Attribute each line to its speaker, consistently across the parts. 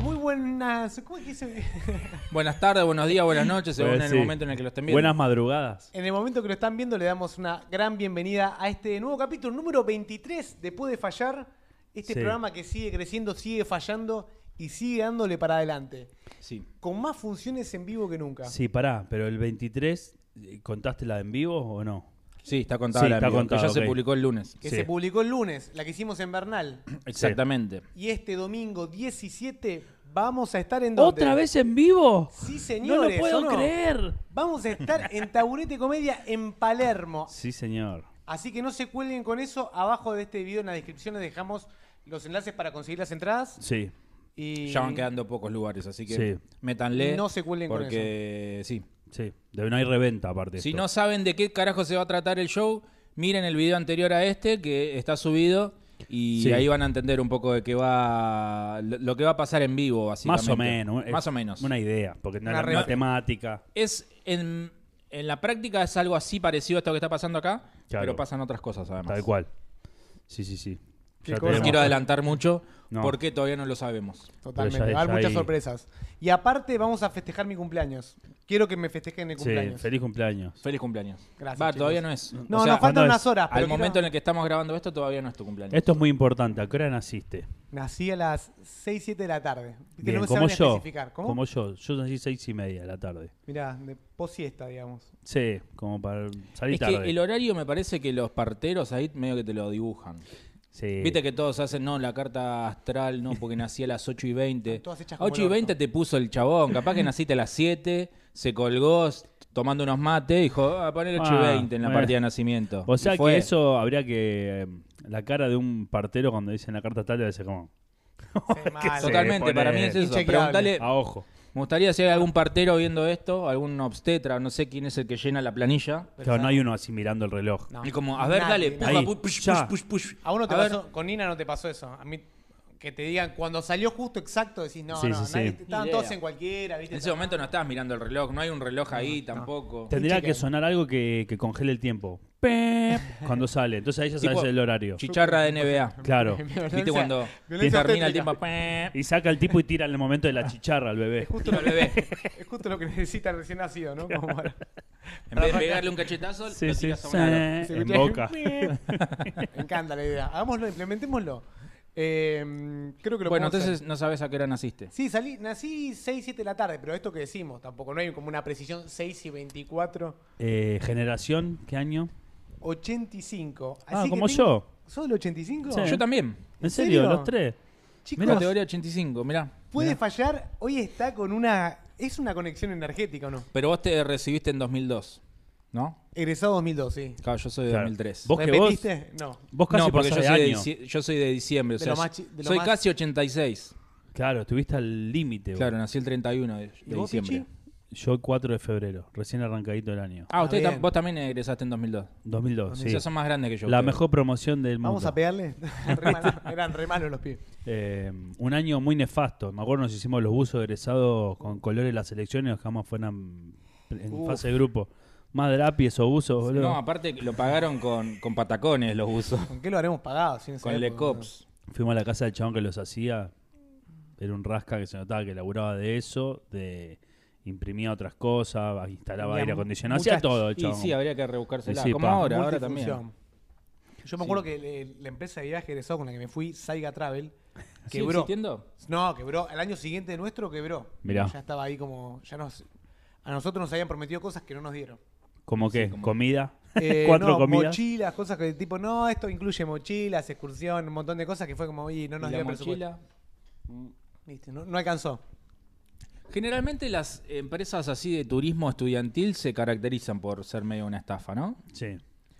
Speaker 1: buenas. ¿Cómo es que se.?
Speaker 2: Buenas tardes, buenos días, buenas noches, según
Speaker 3: Pues
Speaker 2: el
Speaker 3: sí.
Speaker 2: momento en el que lo estén viendo.
Speaker 3: Buenas madrugadas.
Speaker 1: En el momento que lo están viendo, le damos una gran bienvenida a este nuevo capítulo, número 23 de Puede Fallar. Este
Speaker 3: Sí.
Speaker 1: programa que sigue creciendo, sigue fallando y sigue dándole para adelante.
Speaker 2: Sí.
Speaker 1: Con más funciones en vivo que nunca.
Speaker 3: Sí, pará, pero el 23, eh, ¿contaste la de en vivo o no?
Speaker 2: Sí, está contada
Speaker 3: Sí,
Speaker 2: la
Speaker 3: está
Speaker 2: envió, que
Speaker 3: contada,
Speaker 2: ya se
Speaker 3: ok.
Speaker 2: publicó el lunes.
Speaker 1: Que
Speaker 3: Sí.
Speaker 1: se publicó el lunes, la que hicimos en Bernal.
Speaker 2: Exactamente.
Speaker 1: Y este domingo 17 vamos a estar en donde.
Speaker 3: ¿Otra vez en vivo?
Speaker 1: Sí,
Speaker 3: No
Speaker 1: señores.
Speaker 3: lo puedo
Speaker 1: ¿o no?
Speaker 3: creer.
Speaker 1: Vamos a estar en Taburete Comedia en Palermo.
Speaker 3: Sí, señor.
Speaker 1: Así que no se cuelguen con eso. Abajo de este video en la descripción les dejamos los enlaces para conseguir las entradas.
Speaker 3: Sí.
Speaker 1: Y
Speaker 2: Ya van quedando pocos lugares, así que
Speaker 3: Sí.
Speaker 2: métanle.
Speaker 1: No se cuelguen con
Speaker 2: Porque sí.
Speaker 3: Sí, de no hay reventa aparte. de
Speaker 2: Si
Speaker 3: esto.
Speaker 2: no saben de qué carajo se va a tratar el show, miren el video anterior a este que está subido y
Speaker 3: Sí.
Speaker 2: ahí van a entender un poco de qué va lo lo que va a pasar en vivo, básicamente.
Speaker 3: más o menos. eh,
Speaker 2: Más o menos.
Speaker 3: Una idea, porque no
Speaker 1: Una
Speaker 3: es la misma
Speaker 1: reventa.
Speaker 3: temática.
Speaker 2: Es en, en la práctica es algo así parecido a esto que está pasando acá,
Speaker 3: Claro.
Speaker 2: pero pasan otras cosas además.
Speaker 3: Tal cual. Sí, sí, sí.
Speaker 1: Qué
Speaker 3: Ya
Speaker 1: cosa.
Speaker 2: No
Speaker 3: tenemos-
Speaker 2: quiero adelantar mucho
Speaker 3: No.
Speaker 2: porque todavía no lo sabemos.
Speaker 1: Totalmente.
Speaker 3: Pero ya
Speaker 1: Va a haber
Speaker 3: es
Speaker 1: muchas
Speaker 3: ahí.
Speaker 1: sorpresas. Y aparte vamos a festejar mi cumpleaños. Quiero que me festejen el
Speaker 3: Sí,
Speaker 1: cumpleaños.
Speaker 3: feliz cumpleaños.
Speaker 2: Feliz cumpleaños.
Speaker 1: Gracias,
Speaker 2: Va,
Speaker 1: chicos.
Speaker 2: todavía no es.
Speaker 1: No,
Speaker 2: O sea,
Speaker 1: nos faltan
Speaker 3: ¿cuándo
Speaker 1: unas
Speaker 3: es?
Speaker 1: horas.
Speaker 2: al momento en el que estamos grabando esto todavía no es tu cumpleaños.
Speaker 3: Esto es muy importante. ¿A qué hora naciste?
Speaker 1: Nací a las 6, 7 de la tarde. Que
Speaker 3: Bien,
Speaker 1: no me
Speaker 3: como
Speaker 1: saben
Speaker 3: yo.
Speaker 1: especificar. ¿Cómo?
Speaker 3: Como yo. Yo nací seis y media de la tarde.
Speaker 1: Mirá, de posiesta, digamos.
Speaker 3: Sí, como para salir
Speaker 2: Es
Speaker 3: tarde.
Speaker 2: que el horario me parece que los parteros ahí medio que te lo dibujan.
Speaker 3: Sí.
Speaker 2: Viste que todos hacen, no, la carta astral, no, porque nací a las 8 y 20.
Speaker 1: Todas hechas como
Speaker 2: 8 y
Speaker 1: el orto.
Speaker 2: 20 te puso el chabón, capaz que naciste a las 7, se colgó s- tomando unos mates, dijo, a poner 8
Speaker 3: Ah,
Speaker 2: y 20 en la
Speaker 3: bueno.
Speaker 2: partida de nacimiento.
Speaker 3: O sea
Speaker 2: Y fue.
Speaker 3: que eso habría que. eh, la cara de un partero cuando dicen la carta tal, debe ser como.
Speaker 1: Sé mal.
Speaker 2: Totalmente,
Speaker 3: pone
Speaker 2: para mí es eso.
Speaker 1: inchequeable.
Speaker 2: Preguntale,
Speaker 3: A ojo.
Speaker 2: me gustaría si hay algún partero viendo esto, algún obstetra, no sé quién es el que llena la planilla.
Speaker 3: Claro, no hay uno así mirando el reloj.
Speaker 1: No.
Speaker 2: Y como, a ver,
Speaker 1: Nadie,
Speaker 2: dale, puja,
Speaker 3: Ahí,
Speaker 2: pu- push,
Speaker 3: ya.
Speaker 2: push, push, push.
Speaker 1: A uno te
Speaker 2: A ver.
Speaker 1: pasó, con Nina no te pasó eso. A mí, que te digan, cuando salió justo exacto, decís, no,
Speaker 3: Sí,
Speaker 1: no,
Speaker 3: sí,
Speaker 1: nadie-
Speaker 3: sí.
Speaker 1: estaban
Speaker 2: Ni
Speaker 1: todos
Speaker 2: idea.
Speaker 1: en cualquiera, ¿viste?
Speaker 2: En ese momento no estabas mirando el reloj, no hay un reloj ahí tampoco.
Speaker 3: Tendría
Speaker 1: Inchequeable.
Speaker 3: que sonar algo que, que congele el tiempo. Pep, Cuando sale. Entonces ahí ya
Speaker 2: Tipo,
Speaker 3: sabes el horario.
Speaker 2: Chicharra de NBA.
Speaker 3: Claro.
Speaker 2: Viste cuando
Speaker 1: Violencia
Speaker 2: termina
Speaker 1: obstétrica.
Speaker 2: el tiempo. pe-
Speaker 3: Y saca el tipo y tira en el momento de la chicharra al bebé.
Speaker 1: Es justo,
Speaker 2: Tira
Speaker 1: lo
Speaker 2: al
Speaker 1: que,
Speaker 2: bebé.
Speaker 1: es justo lo que necesita el recién nacido, ¿no? Como para-
Speaker 2: En vez de pegarle un cachetazo,
Speaker 3: Sí,
Speaker 2: lo
Speaker 3: sí,
Speaker 2: tiras a un
Speaker 3: sí,
Speaker 2: aro.
Speaker 1: Se
Speaker 3: en
Speaker 1: escucha-
Speaker 3: boca.
Speaker 1: Me encanta la idea. Hagámoslo, implementémoslo. Eh, creo que lo
Speaker 2: Bueno,
Speaker 1: podemos
Speaker 2: entonces
Speaker 1: hacer.
Speaker 2: no sabes a qué hora naciste.
Speaker 1: Sí, salí, nací 6, 7 de la tarde, pero esto que decimos, tampoco no hay como una precisión 6 y 24,
Speaker 3: Eh, generación, ¿qué año?
Speaker 1: 85.
Speaker 3: Ah,
Speaker 1: Así que
Speaker 3: como
Speaker 1: tengo-
Speaker 3: yo.
Speaker 1: ¿Sos del 85?
Speaker 3: Sí.
Speaker 2: Yo también.
Speaker 3: ¿En
Speaker 1: ¿En
Speaker 3: serio?
Speaker 1: serio?
Speaker 3: ¿Los tres?
Speaker 1: Chicos,
Speaker 2: Mira, teoría 85, mirá.
Speaker 1: puede fallar, hoy está con una... Es una conexión energética, ¿o no?
Speaker 2: Pero vos te recibiste en 2002, ¿no?
Speaker 1: Egresado 2002, sí.
Speaker 2: Claro, yo soy de
Speaker 3: Claro.
Speaker 2: 2003.
Speaker 3: Vos que
Speaker 1: ¿Repetiste? No.
Speaker 3: Vos casi
Speaker 2: no, porque yo
Speaker 3: pasás
Speaker 2: soy,
Speaker 3: de
Speaker 2: de,
Speaker 3: año.
Speaker 2: dici- yo soy de diciembre, o
Speaker 1: De
Speaker 2: sea,
Speaker 1: lo más chi- de lo
Speaker 2: soy
Speaker 1: más-
Speaker 2: casi 86.
Speaker 3: Claro, estuviste al límite. vos.
Speaker 2: Claro, nací el 31 de, de
Speaker 1: ¿Y vos,
Speaker 2: diciembre.
Speaker 1: Pichi?
Speaker 3: Yo 4 de febrero, recién arrancadito el año.
Speaker 2: Ah, usted
Speaker 1: Ah,
Speaker 2: tam-
Speaker 1: bien.
Speaker 2: vos también egresaste en 2002.
Speaker 3: 2002, sí.
Speaker 2: O sea, son más grandes que yo.
Speaker 3: La
Speaker 2: ustedes.
Speaker 3: mejor promoción del mundo.
Speaker 1: Vamos a pegarle. Re malo- eran re malos los pibes.
Speaker 3: Eh, un año muy nefasto. Me acuerdo nos hicimos los buzos egresados con colores las elecciones y nos quedamos fuera en, en
Speaker 1: Uf.
Speaker 3: fase de grupo. Más drapi esos buzos, boludo.
Speaker 2: No, aparte lo pagaron con, con patacones los buzos.
Speaker 1: ¿Con qué lo haremos pagado? Si en esa
Speaker 2: Con el
Speaker 1: época,
Speaker 2: ECOPS.
Speaker 3: Fuimos a la casa del chabón que los hacía. Era un rasca que se notaba que laburaba de eso, de imprimía otras cosas, instalaba
Speaker 1: Tenía
Speaker 3: aire
Speaker 1: mu-
Speaker 3: acondicionado, hacía
Speaker 1: muchas-
Speaker 3: todo el
Speaker 2: Y
Speaker 3: chabón.
Speaker 2: sí, habría que rebuscársela.
Speaker 3: Y sí,
Speaker 2: Como
Speaker 3: pa.
Speaker 2: ahora, ahora
Speaker 1: multifunción.
Speaker 2: también.
Speaker 1: Yo me acuerdo que le- la empresa de viaje egresado con la que me fui, Saiga Travel,
Speaker 2: ¿Sigue
Speaker 1: quebró.
Speaker 2: existiendo?
Speaker 1: no, quebró. El año siguiente nuestro quebró.
Speaker 3: Mirá.
Speaker 1: Ya estaba ahí como. ya nos A nosotros nos habían prometido cosas que no nos dieron.
Speaker 3: ¿Cómo qué?
Speaker 2: como-
Speaker 3: ¿Comida?
Speaker 1: Eh,
Speaker 3: ¿Cuatro
Speaker 1: no,
Speaker 3: comidas?
Speaker 1: Mochilas, cosas que tipo, no, esto incluye mochilas, excursión, un montón de cosas que fue como, y no nos
Speaker 2: Y
Speaker 1: dio
Speaker 2: la
Speaker 1: presupuesto.
Speaker 2: mochila.
Speaker 1: Viste, No, no alcanzó.
Speaker 2: Generalmente las empresas así de turismo estudiantil se caracterizan por ser medio una estafa, ¿no?
Speaker 3: Sí.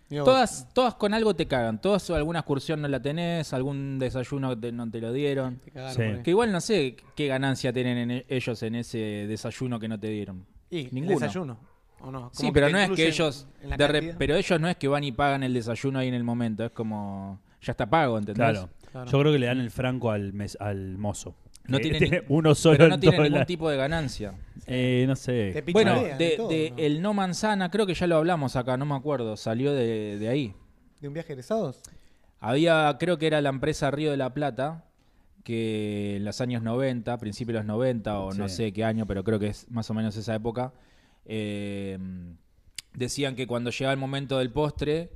Speaker 1: Mirá vos.
Speaker 2: Todas, todas con algo te cagan. Todas alguna excursión no la tenés, algún desayuno te- no te lo dieron.
Speaker 1: Te cagaron,
Speaker 3: Sí.
Speaker 1: poné.
Speaker 2: Que igual no sé qué ganancia tienen en e- ellos en ese desayuno que no te dieron.
Speaker 1: Y el
Speaker 2: Ninguno.
Speaker 1: desayuno, ¿o no?
Speaker 2: Sí,
Speaker 1: Como
Speaker 2: pero
Speaker 1: te
Speaker 2: no es que
Speaker 1: incluyen
Speaker 2: ellos.
Speaker 1: en la
Speaker 2: de re-
Speaker 1: cantidad.
Speaker 2: pero ellos no es que van y pagan el desayuno ahí en el momento. Es como. Ya está pago, ¿entendés?
Speaker 3: Claro.
Speaker 1: Claro.
Speaker 3: Yo creo que le dan el franco al, mes, al mozo.
Speaker 2: No
Speaker 3: Que
Speaker 2: tiene ni-
Speaker 3: Eh, uno solo
Speaker 2: pero no
Speaker 3: en
Speaker 2: tiene
Speaker 3: todo
Speaker 2: ningún
Speaker 3: la-
Speaker 2: tipo de ganancia.
Speaker 3: Eh, no sé.
Speaker 1: Te
Speaker 2: Bueno,
Speaker 1: Pichonean y
Speaker 2: de,
Speaker 1: todo,
Speaker 2: de
Speaker 1: ¿no?
Speaker 2: el no manzana, creo que ya lo hablamos acá, no me acuerdo, salió de, de ahí.
Speaker 1: ¿De un viaje egresados?
Speaker 2: Había, creo que era la empresa Río de la Plata, que en los años 90, principios de los 90 o no
Speaker 3: Sí.
Speaker 2: sé qué año, pero creo que es más o menos esa época, eh, decían que cuando llegaba el momento del postre,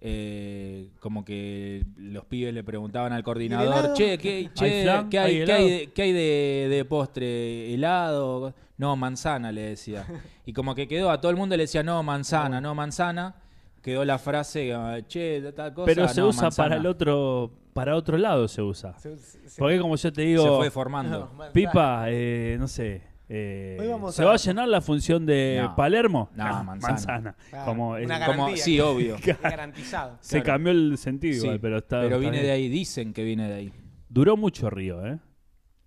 Speaker 2: eh, como que los pibes le preguntaban al coordinador,
Speaker 1: helado?
Speaker 2: che, ¿qué, che,
Speaker 3: ¿Hay flan?
Speaker 2: ¿qué hay,
Speaker 3: ¿Hay
Speaker 2: qué hay
Speaker 3: helado?
Speaker 2: de, qué hay de- de postre? ¿Helado? No, manzana, le decía. Y como que quedó, a todo el mundo le decía, no, manzana, no, manzana. Quedó la frase, ah, che, tal cosa.
Speaker 3: Pero se
Speaker 2: no,
Speaker 3: usa
Speaker 2: manzana.
Speaker 3: para el otro, para otro lado se usa.
Speaker 1: Se- se- se-
Speaker 3: Porque como yo te
Speaker 2: Se
Speaker 3: digo,
Speaker 2: fue formando.
Speaker 1: No, man,
Speaker 3: pipa, eh, no sé, eh,
Speaker 1: Hoy vamos
Speaker 3: ¿se
Speaker 1: a-
Speaker 3: va a llenar la función de
Speaker 2: No.
Speaker 3: Palermo? Ah,
Speaker 2: No, manzana.
Speaker 1: Claro,
Speaker 3: Como es-
Speaker 1: una
Speaker 2: Como-
Speaker 1: garantía.
Speaker 2: sí, obvio.
Speaker 1: está garantizado.
Speaker 3: se
Speaker 2: claro.
Speaker 3: cambió el sentido,
Speaker 2: Sí,
Speaker 3: igual, pero está.
Speaker 2: pero
Speaker 3: está
Speaker 2: viene
Speaker 3: bien.
Speaker 2: de ahí, dicen que viene de ahí.
Speaker 3: Duró mucho Río, ¿eh?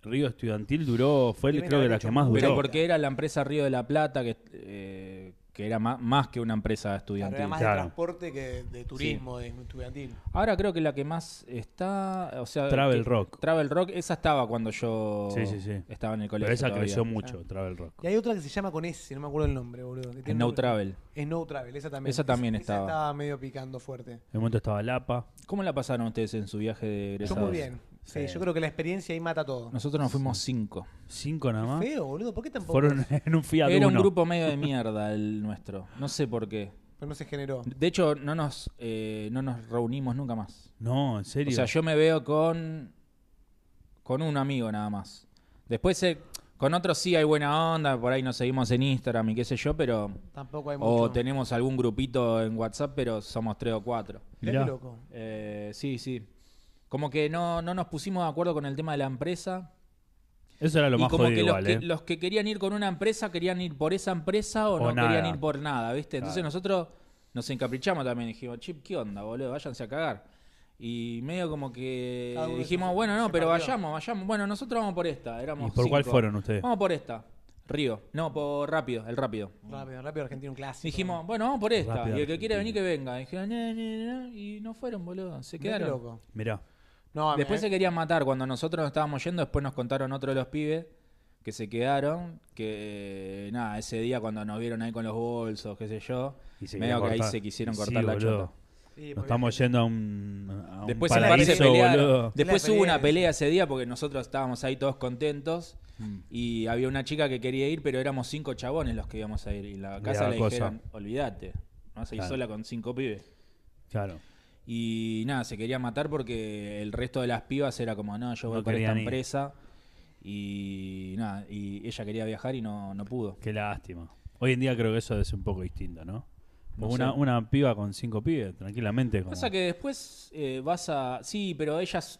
Speaker 3: Río Estudiantil duró, fue el-
Speaker 1: Deben
Speaker 3: creo que
Speaker 1: haber
Speaker 3: la
Speaker 1: hecho
Speaker 3: que más
Speaker 1: mucho.
Speaker 2: Pero
Speaker 3: duró.
Speaker 2: porque era la empresa Río de la Plata, que, eh, que era ma- más, que una empresa
Speaker 1: Claro,
Speaker 2: estudiantil.
Speaker 1: era más
Speaker 3: Claro.
Speaker 1: de transporte que de turismo, de estudiantil.
Speaker 2: Ahora creo que la que más está, o sea,
Speaker 3: Travel
Speaker 2: que-
Speaker 3: Rock.
Speaker 2: Travel Rock, esa estaba cuando yo
Speaker 3: Sí, sí, sí.
Speaker 2: estaba en el colegio.
Speaker 3: Pero esa
Speaker 2: todavía. Ah.
Speaker 3: creció mucho, Travel Rock.
Speaker 1: Y hay otra que se llama con S, no me acuerdo el nombre, boludo. que tiene
Speaker 2: No
Speaker 1: un-
Speaker 2: Travel.
Speaker 1: Es No Travel, esa también.
Speaker 2: Esa también estaba.
Speaker 1: estaba medio picando fuerte.
Speaker 3: En un momento estaba Lapa.
Speaker 2: ¿Cómo la pasaron ustedes en su viaje de
Speaker 1: Yo
Speaker 2: egresados?
Speaker 1: muy bien. Sí, yo creo que la experiencia ahí mata todo.
Speaker 2: Nosotros nos fuimos cinco.
Speaker 3: Cinco nada más.
Speaker 1: Feo, boludo, ¿por qué tampoco?
Speaker 3: Fueron en un Fiat
Speaker 2: Era un
Speaker 3: Uno.
Speaker 2: grupo medio de mierda el nuestro. No sé por qué.
Speaker 1: Pero no se generó.
Speaker 2: De hecho, no nos, eh, no nos reunimos nunca más.
Speaker 3: No, en serio.
Speaker 2: O sea, yo me veo con con un amigo nada más. Después eh, con otros sí hay buena onda, por ahí nos seguimos en Instagram y qué sé yo, pero
Speaker 1: Tampoco hay mucho.
Speaker 2: o tenemos algún grupito en WhatsApp, pero somos tres o cuatro.
Speaker 1: Mirá qué
Speaker 3: Mirá.
Speaker 1: loco.
Speaker 2: Eh, sí, sí. Como que no, no nos pusimos de acuerdo con el tema de la empresa.
Speaker 3: Eso era lo
Speaker 2: y
Speaker 3: más
Speaker 2: como
Speaker 3: jodido
Speaker 2: que,
Speaker 3: igual,
Speaker 2: los, que
Speaker 3: ¿eh?
Speaker 2: los que querían ir con una empresa querían ir por esa empresa o,
Speaker 3: O
Speaker 2: no
Speaker 3: nada.
Speaker 2: querían ir por nada, ¿viste? Entonces
Speaker 3: Claro.
Speaker 2: nosotros nos encaprichamos también. Dijimos, chip, ¿qué onda, boludo? Váyanse a cagar. Y medio como que
Speaker 1: Cada uno
Speaker 2: dijimos,
Speaker 1: se-
Speaker 2: bueno, no,
Speaker 1: se
Speaker 2: pero
Speaker 1: partió.
Speaker 2: vayamos, vayamos. Bueno, nosotros vamos por esta. Éramos
Speaker 3: ¿Y por cuál
Speaker 2: cinco.
Speaker 3: fueron ustedes?
Speaker 2: Vamos por esta. Río. No, por rápido, el rápido.
Speaker 1: Rápido, rápido, argentino un clásico.
Speaker 2: Dijimos, bueno, vamos por esta.
Speaker 3: Rápido,
Speaker 2: y el que quiere
Speaker 3: Argentina.
Speaker 2: venir, que venga. Dijeron, "Ne, ne, ne", y no fueron, boludo. Se
Speaker 1: Mirá qué
Speaker 2: quedaron.
Speaker 1: loco.
Speaker 3: Mirá.
Speaker 1: No, a mí-
Speaker 2: Después se querían matar. Cuando nosotros nos estábamos yendo, después nos contaron otro de los pibes que se quedaron. Que eh, nada, ese día cuando nos vieron ahí con los bolsos, qué sé yo,
Speaker 3: Y se
Speaker 2: medio que
Speaker 3: querían
Speaker 2: ahí
Speaker 3: cortar.
Speaker 2: se quisieron
Speaker 3: Y
Speaker 2: cortar
Speaker 3: sí,
Speaker 2: la
Speaker 3: boludo.
Speaker 2: chota.
Speaker 1: Sí,
Speaker 3: Nos
Speaker 1: porque-
Speaker 3: estamos yendo a un, a un
Speaker 2: Después,
Speaker 1: un
Speaker 2: en el bar se
Speaker 3: paraíso,
Speaker 2: pelearon.
Speaker 3: boludo.
Speaker 2: Después
Speaker 1: La
Speaker 2: hubo una
Speaker 1: pelea,
Speaker 2: pelea ese día porque nosotros estábamos ahí todos contentos. Y había una chica que quería ir, pero éramos cinco chabones los que íbamos a ir. Y en la casa
Speaker 3: daba
Speaker 2: le
Speaker 3: cosa.
Speaker 2: dijeron, olvídate, vas a ir
Speaker 3: Claro.
Speaker 2: sola con cinco pibes.
Speaker 3: Claro.
Speaker 2: Y nada, se quería matar porque el resto de las pibas era como, no, yo voy
Speaker 3: No
Speaker 2: por esta
Speaker 3: querían ir.
Speaker 2: empresa. Y nada, y ella quería viajar y no, no pudo.
Speaker 3: Qué lástima. Hoy en día creo que eso es un poco distinto, ¿no?
Speaker 2: No
Speaker 3: una,
Speaker 2: sé.
Speaker 3: una piba con cinco pibes, tranquilamente. Como...
Speaker 2: Pasa que después eh, vas a. Sí, pero ella, s-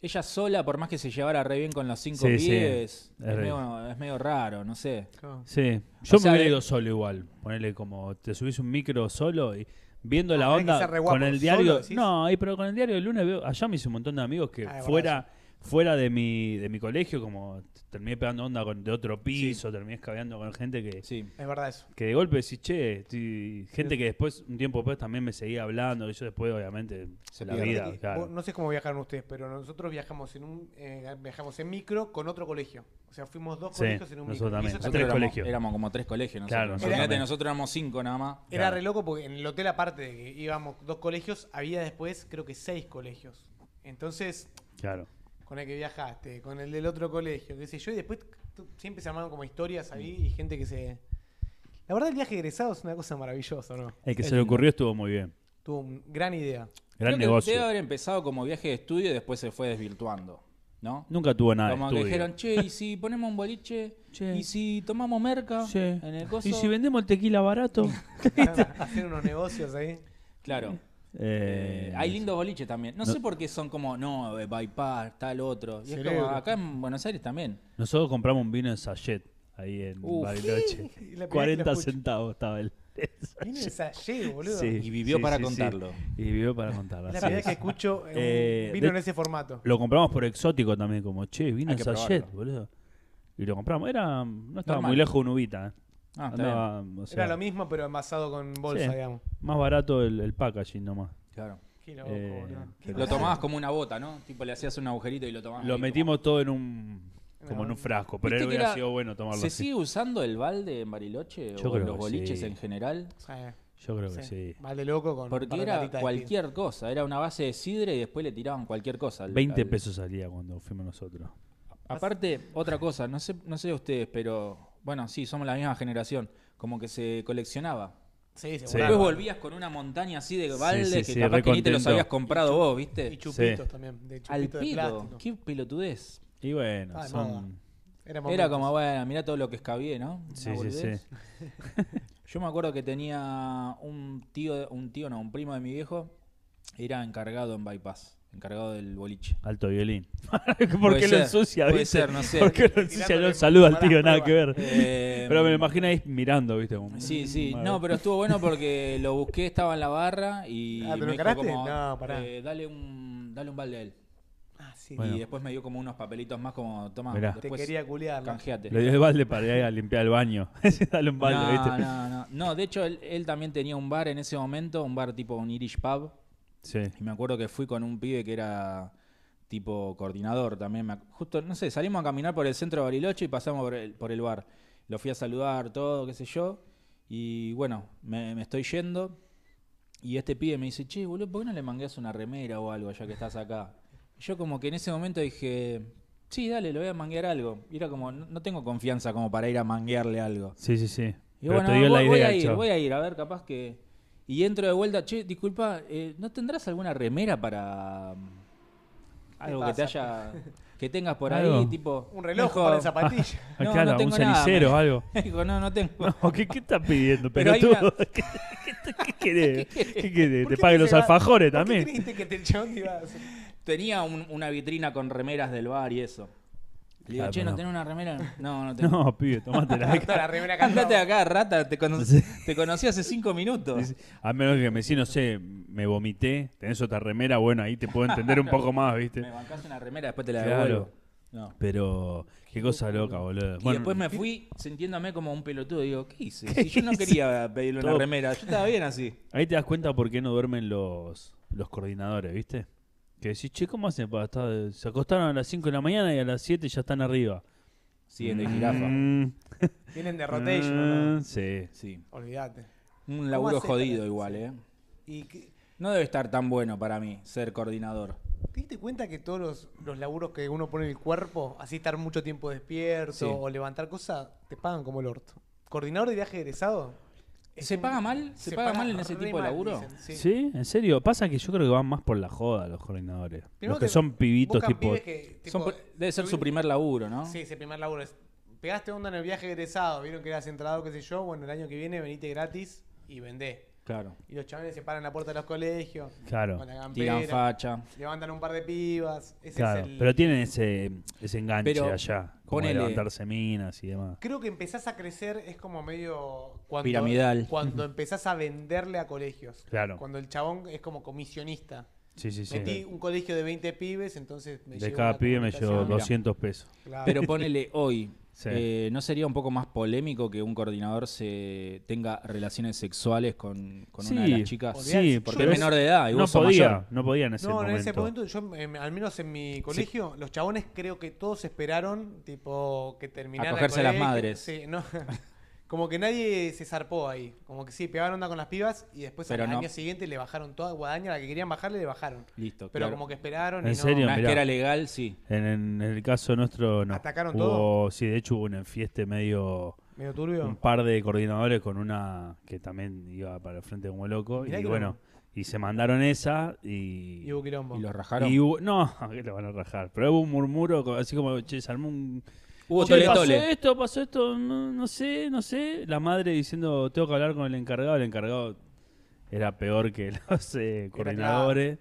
Speaker 2: ella sola, por más que se llevara re bien con los cinco
Speaker 3: Sí,
Speaker 2: pibes,
Speaker 3: sí.
Speaker 2: es,
Speaker 3: Es re-
Speaker 2: medio, es medio raro, no sé.
Speaker 1: Claro.
Speaker 3: Sí. Yo
Speaker 2: O sea,
Speaker 3: me hubiera
Speaker 2: de-
Speaker 3: ido solo igual. Ponele como, te subís un micro solo y viendo
Speaker 1: Ah,
Speaker 3: la
Speaker 1: tenés que
Speaker 3: onda
Speaker 1: ser re
Speaker 3: con
Speaker 1: guapo.
Speaker 3: el
Speaker 1: ¿Solo
Speaker 3: diario.
Speaker 1: decís?
Speaker 3: No, y pero con el diario del lunes veo, allá me hice un montón de amigos que
Speaker 1: Ah, es
Speaker 3: fuera, fuera de mi, de mi colegio, como t- terminé pegando onda con, de otro piso, terminé escabeando con gente que,
Speaker 2: Sí.
Speaker 1: Es verdad eso.
Speaker 3: que de golpe decís, che, estoy-". gente que después, un tiempo después también me seguía hablando, y yo después obviamente
Speaker 2: Se
Speaker 3: la
Speaker 2: pierde.
Speaker 3: vida,
Speaker 1: Vos-
Speaker 3: claro.
Speaker 1: No sé cómo viajaron ustedes, pero nosotros viajamos en un eh, viajamos en micro con otro colegio. O sea, fuimos dos
Speaker 3: Sí,
Speaker 1: colegios en un micro.
Speaker 3: nosotros también.
Speaker 1: Y eso
Speaker 2: Nosotros
Speaker 3: Nosotros tres
Speaker 2: éramos,
Speaker 3: colegios.
Speaker 2: éramos como tres colegios. Nosotros.
Speaker 3: Claro, nosotros
Speaker 2: Imagínate,
Speaker 3: también.
Speaker 2: nosotros éramos cinco nada más.
Speaker 1: Era
Speaker 3: Claro.
Speaker 1: re loco porque en el hotel, aparte de que íbamos dos colegios, había después creo que seis colegios. Entonces,
Speaker 3: Claro.
Speaker 1: con el que viajaste, con el del otro colegio, qué sé yo, y después tú- siempre se armaron como historias
Speaker 3: Mm.
Speaker 1: ahí y gente que se. La verdad, el viaje de egresado es una cosa maravillosa, ¿no?
Speaker 3: El que
Speaker 2: Es
Speaker 3: se le
Speaker 2: lindo.
Speaker 3: ocurrió estuvo muy bien.
Speaker 1: Tuvo una gran idea.
Speaker 3: Gran
Speaker 2: Creo que
Speaker 3: negocio.
Speaker 2: Debe haber empezado como viaje de estudio y después se fue desvirtuando. ¿No?
Speaker 3: Nunca tuvo nada. de
Speaker 2: Como que
Speaker 3: estudio.
Speaker 2: dijeron, che, y si ponemos un boliche,
Speaker 3: Che.
Speaker 2: y si tomamos merca
Speaker 3: Sí.
Speaker 2: en el coso.
Speaker 3: ¿Y si vendemos el tequila barato?
Speaker 1: Hacer unos negocios ahí.
Speaker 2: Claro.
Speaker 3: Eh,
Speaker 2: Eh, hay lindos boliches también. No,
Speaker 3: No.
Speaker 2: sé por qué son como, no, eh, bypass, tal otro. Y es
Speaker 1: Cerebro.
Speaker 2: como, acá en Buenos Aires también.
Speaker 3: Nosotros compramos un vino en sachet ahí en
Speaker 2: Uf.
Speaker 3: Bariloche.
Speaker 1: Y la primera que
Speaker 3: 40
Speaker 1: la escucho.
Speaker 3: centavos estaba el.
Speaker 1: Viene de Sallé, boludo.
Speaker 3: Sí,
Speaker 2: Y vivió para contarlo.
Speaker 3: Y vivió para contarlo.
Speaker 1: Es la
Speaker 3: así
Speaker 1: primera
Speaker 3: es.
Speaker 1: que escucho en un
Speaker 3: Eh,
Speaker 1: vino
Speaker 3: de-
Speaker 1: en ese formato.
Speaker 3: Lo compramos por exótico también, como che,
Speaker 2: Hay
Speaker 3: vino en
Speaker 2: que
Speaker 3: sachet,
Speaker 2: probarlo.
Speaker 3: boludo. Y lo compramos. Era, no estaba
Speaker 2: Normal.
Speaker 3: muy lejos un ubita. eh.
Speaker 2: Ah, está bien.
Speaker 3: Andaba, o sea,
Speaker 1: Era lo mismo, pero envasado con bolsa,
Speaker 3: Sí.
Speaker 1: digamos.
Speaker 3: más barato el, el packaging nomás.
Speaker 2: Claro.
Speaker 1: Qué loco,
Speaker 3: Eh,
Speaker 1: boludo. Qué
Speaker 2: Lo
Speaker 1: barato.
Speaker 2: tomabas como una bota, ¿no? Tipo, le hacías un agujerito y lo
Speaker 1: Ah,
Speaker 2: tomabas.
Speaker 3: Lo
Speaker 2: ahí,
Speaker 3: metimos todo en un. como en un frasco. Pero
Speaker 2: Viste que
Speaker 3: hubiera
Speaker 2: era-
Speaker 3: sido bueno
Speaker 2: como-
Speaker 3: tomarlo
Speaker 2: ¿Se
Speaker 3: así.
Speaker 2: sigue usando el balde en Bariloche
Speaker 3: Yo
Speaker 2: o
Speaker 3: creo
Speaker 2: los
Speaker 3: que
Speaker 2: boliches
Speaker 3: sí.
Speaker 2: en general?
Speaker 1: Sí.
Speaker 3: Yo creo que sí.
Speaker 1: Mal de loco con. un par
Speaker 2: Porque
Speaker 1: de
Speaker 2: era
Speaker 1: latitas de
Speaker 2: cualquier cosa, era una base de sidra y después le tiraban cualquier cosa. al-
Speaker 3: 20
Speaker 2: al-
Speaker 3: pesos salía cuando fuimos nosotros.
Speaker 2: Aparte, otra cosa, no sé, no sé de ustedes, pero bueno, sí, somos la misma generación, como que se coleccionaba.
Speaker 1: Sí,
Speaker 3: Sí.
Speaker 1: seguramente.
Speaker 2: Después volvías con una montaña así de baldes
Speaker 3: sí,
Speaker 2: que
Speaker 3: sí,
Speaker 2: capaz
Speaker 3: re
Speaker 2: que ni te los
Speaker 3: contento.
Speaker 2: habías comprado vos, ¿viste?
Speaker 1: Y chupitos
Speaker 3: Sí.
Speaker 1: también, de
Speaker 2: Al
Speaker 1: chupitos de
Speaker 2: pilo,
Speaker 1: plástico.
Speaker 2: qué pelotudez.
Speaker 3: Y bueno,
Speaker 1: Ah, de moda.
Speaker 3: son.
Speaker 1: Era,
Speaker 2: Era como, bueno, mirá todo lo que escabié, ¿no? Una
Speaker 3: Sí, sí, sí.
Speaker 2: boludez. Yo me acuerdo que tenía un tío, un tío no, un primo de mi viejo, era encargado en Bypass, encargado del boliche.
Speaker 3: Alto violín. ¿Por
Speaker 2: Puede
Speaker 3: qué lo
Speaker 2: ser,
Speaker 3: ensucia?
Speaker 2: puede
Speaker 3: viste?
Speaker 2: ser, no sé.
Speaker 3: ¿Por qué lo ensucia? Yo saludo al tío, nada que ver.
Speaker 2: Eh,
Speaker 3: Pero me lo imagino ahí mirando, ¿viste? Como- "Mm,
Speaker 2: Sí, sí,
Speaker 3: Madre.
Speaker 2: no, pero estuvo bueno porque lo busqué, estaba en la barra y
Speaker 1: Ah, ¿te lo
Speaker 2: me dijo
Speaker 1: encaraste?
Speaker 2: como,
Speaker 1: No, pará.
Speaker 2: eh, dale un dale un balde a él.
Speaker 1: Ah, sí.
Speaker 3: Bueno.
Speaker 2: Y después me dio como unos papelitos más como, toma,
Speaker 3: Mirá.
Speaker 1: Te
Speaker 2: después
Speaker 1: quería culiar. ¿no?
Speaker 2: canjeate.
Speaker 3: Le dio el balde para ir a limpiar el baño. Dale un balde,
Speaker 2: no,
Speaker 3: ¿viste?
Speaker 2: no, no. No, de hecho él, él también tenía un bar en ese momento, un bar tipo un Irish pub.
Speaker 3: Sí.
Speaker 2: Y me acuerdo que fui con un pibe que era tipo coordinador también. me ac- Justo, no sé, salimos a caminar por el centro de Bariloche y pasamos por el, por el bar. Lo fui a saludar, todo, qué sé yo. Y bueno, me, me estoy yendo. Y este pibe me dice, che, boludo, ¿por qué no le mangueas una remera o algo ya que estás acá? Y yo como que en ese momento dije, sí, dale, le voy a manguear algo. Y era como, no, no tengo confianza como para ir a manguearle algo.
Speaker 3: Sí, sí, sí.
Speaker 2: Y
Speaker 3: Pero
Speaker 2: bueno,
Speaker 3: te dio la
Speaker 2: voy, voy
Speaker 3: idea,
Speaker 2: a ir,
Speaker 3: chavo.
Speaker 2: voy a ir, a ver, capaz que. Y entro de vuelta, che, disculpa, eh, ¿no tendrás alguna remera para. mm, Algo que te haya. que tengas por ahí,
Speaker 3: Algo.
Speaker 2: tipo.
Speaker 1: Un reloj
Speaker 2: dijo,
Speaker 1: para zapatilla.
Speaker 3: Ah,
Speaker 2: No,
Speaker 3: claro,
Speaker 2: no tengo
Speaker 3: un
Speaker 2: nada,
Speaker 3: cenicero
Speaker 2: me-
Speaker 3: o algo.
Speaker 2: Dijo, no, no tengo.
Speaker 3: No, ¿qué, ¿Qué estás pidiendo,
Speaker 2: Pero hay
Speaker 3: pelotudo?
Speaker 2: una-
Speaker 3: ¿Qué, qué, qué querés? ¿Qué querés?
Speaker 1: ¿Por
Speaker 3: ¿Te
Speaker 1: qué
Speaker 3: pague
Speaker 1: se
Speaker 3: los
Speaker 1: va-
Speaker 3: alfajores
Speaker 1: ¿Por qué
Speaker 3: también?
Speaker 1: creíste que te el chabón te iba a hacer?
Speaker 2: Tenía un- una vitrina con remeras del bar y eso. Le digo,
Speaker 3: Claro,
Speaker 2: che, ¿no,
Speaker 3: no.
Speaker 2: tenés una remera? No, no tengo.
Speaker 3: No, pibe, tomate la
Speaker 1: Toda la remera
Speaker 2: Andate de
Speaker 1: cantada.
Speaker 2: acá, rata, te, cono- te conocí hace cinco minutos.
Speaker 3: A menos que me decís, no sé, me vomité, tenés otra remera, bueno, ahí te puedo entender un poco más,
Speaker 2: Me
Speaker 3: ¿viste?
Speaker 2: bancás una remera, después te la
Speaker 3: Claro.
Speaker 2: devuelvo. No.
Speaker 3: Pero, qué cosa loca, boludo.
Speaker 2: Y
Speaker 3: Bueno,
Speaker 2: después me fui sintiéndome como un pelotudo. Digo, ¿qué hice? Si yo no quería pedirle una
Speaker 3: Todo-
Speaker 2: remera. Yo estaba bien así.
Speaker 3: ahí te das cuenta por qué no duermen los, los coordinadores, ¿viste? Que decís, che, ¿cómo hacen para estar? Se acostaron a las 5 de la mañana y a las 7 ya están arriba.
Speaker 2: Sí, el de jirafa.
Speaker 3: Mm,
Speaker 1: Vienen de rotation.
Speaker 3: mm,
Speaker 1: ¿no?
Speaker 3: Sí.
Speaker 2: Sí.
Speaker 1: Olvídate.
Speaker 2: Un laburo
Speaker 1: haces para-
Speaker 2: jodido igual, ¿eh?
Speaker 1: ¿Y qué-
Speaker 2: No debe estar tan bueno para mí ser coordinador.
Speaker 1: te diste cuenta que todos los, los laburos que uno pone en el cuerpo, así estar mucho tiempo despierto
Speaker 2: Sí.
Speaker 1: o levantar cosas, te pagan como el orto? ¿Coordinador de viaje egresado? es
Speaker 2: ¿Se
Speaker 1: un-
Speaker 2: paga mal? ¿Se, paga, mal en ese
Speaker 1: re
Speaker 2: tipo de
Speaker 1: mal,
Speaker 2: laburo?
Speaker 1: dicen, sí.
Speaker 3: sí. ¿En serio? Pasa que yo creo que van más por la joda los coordinadores.
Speaker 1: Primero
Speaker 3: los que
Speaker 1: te
Speaker 3: son pibitos
Speaker 1: buscan
Speaker 3: tipo...
Speaker 1: pibes que, tipo,
Speaker 2: Son pr- debe ser su
Speaker 1: subir-
Speaker 2: primer laburo, ¿no?
Speaker 1: Sí, ese primer laburo. es, Pegaste onda en el viaje egresado, vieron que eras entrado, qué sé yo. Bueno, el año que viene venite gratis y vendé.
Speaker 2: Claro.
Speaker 1: Y los chavales se paran en la puerta de los colegios.
Speaker 3: Claro.
Speaker 1: Con la
Speaker 2: Tiran
Speaker 1: campera.
Speaker 2: facha.
Speaker 1: Levantan un par de pibas. Ese
Speaker 3: Claro,
Speaker 1: es el-
Speaker 3: pero tienen ese, ese enganche
Speaker 2: Pero,
Speaker 3: allá, como de
Speaker 2: ponele-
Speaker 3: levantarse minas y demás.
Speaker 1: Creo que empezás a crecer, es como medio. Cuando,
Speaker 2: Piramidal.
Speaker 1: Cuando empezás a venderle a colegios.
Speaker 3: Claro.
Speaker 1: Cuando el chabón es como comisionista.
Speaker 3: Sí, sí, sí.
Speaker 1: Metí un colegio de 20 pibes, entonces me
Speaker 3: De
Speaker 1: llevo
Speaker 3: cada
Speaker 1: una
Speaker 3: pibe me llevo
Speaker 1: comunicación.
Speaker 2: Mira.
Speaker 3: 200 pesos.
Speaker 1: Claro.
Speaker 2: Pero ponele hoy.
Speaker 3: Sí.
Speaker 2: eh, ¿No sería un poco más polémico que un coordinador se tenga relaciones sexuales con, con una de las chicas?
Speaker 1: Olvidate,
Speaker 3: sí,
Speaker 1: yo
Speaker 2: Porque
Speaker 3: pero
Speaker 2: es
Speaker 3: es-
Speaker 2: menor de edad Ah, y
Speaker 3: no
Speaker 2: vos sos
Speaker 3: podía,
Speaker 2: mayor.
Speaker 3: no podía en ese
Speaker 1: no,
Speaker 3: momento.
Speaker 1: en ese momento, yo, em, al menos en mi colegio, los chabones creo que todos esperaron, tipo, que terminaran. el
Speaker 2: A cogerse a las
Speaker 1: colegio.
Speaker 2: madres.
Speaker 1: Sí, no. Como que nadie se zarpó ahí. Como que sí, pegaron onda con las pibas y después
Speaker 2: Pero
Speaker 1: al
Speaker 2: no.
Speaker 1: año siguiente le bajaron toda guadaña, la que querían bajarle le bajaron.
Speaker 2: Listo,
Speaker 1: Pero
Speaker 2: claro.
Speaker 1: como que esperaron
Speaker 3: ¿En
Speaker 1: y no.
Speaker 3: serio?
Speaker 2: Una vez
Speaker 3: Mirá.
Speaker 2: que era legal, sí.
Speaker 3: En, en el caso nuestro, no.
Speaker 1: ¿Atacaron
Speaker 3: Hubo-
Speaker 1: todo?
Speaker 3: Sí, de hecho hubo un enfieste medio.
Speaker 1: Medio turbio.
Speaker 3: Un par de coordinadores con una que también iba para el frente como loco.
Speaker 1: Mirá
Speaker 3: y
Speaker 1: que
Speaker 3: bueno, y se mandaron esa y.
Speaker 1: Y hubo quilombo.
Speaker 2: Y los rajaron.
Speaker 3: y hubo- no, que le van a rajar. Pero hubo un murmuro, co- así como, che, se armó un
Speaker 2: Hubo
Speaker 3: Che,
Speaker 2: tole
Speaker 3: pasó
Speaker 2: tole.
Speaker 3: esto, pasó esto, no, no sé, no sé. La madre diciendo, tengo que hablar con el encargado. El encargado era peor que los eh, coordinadores.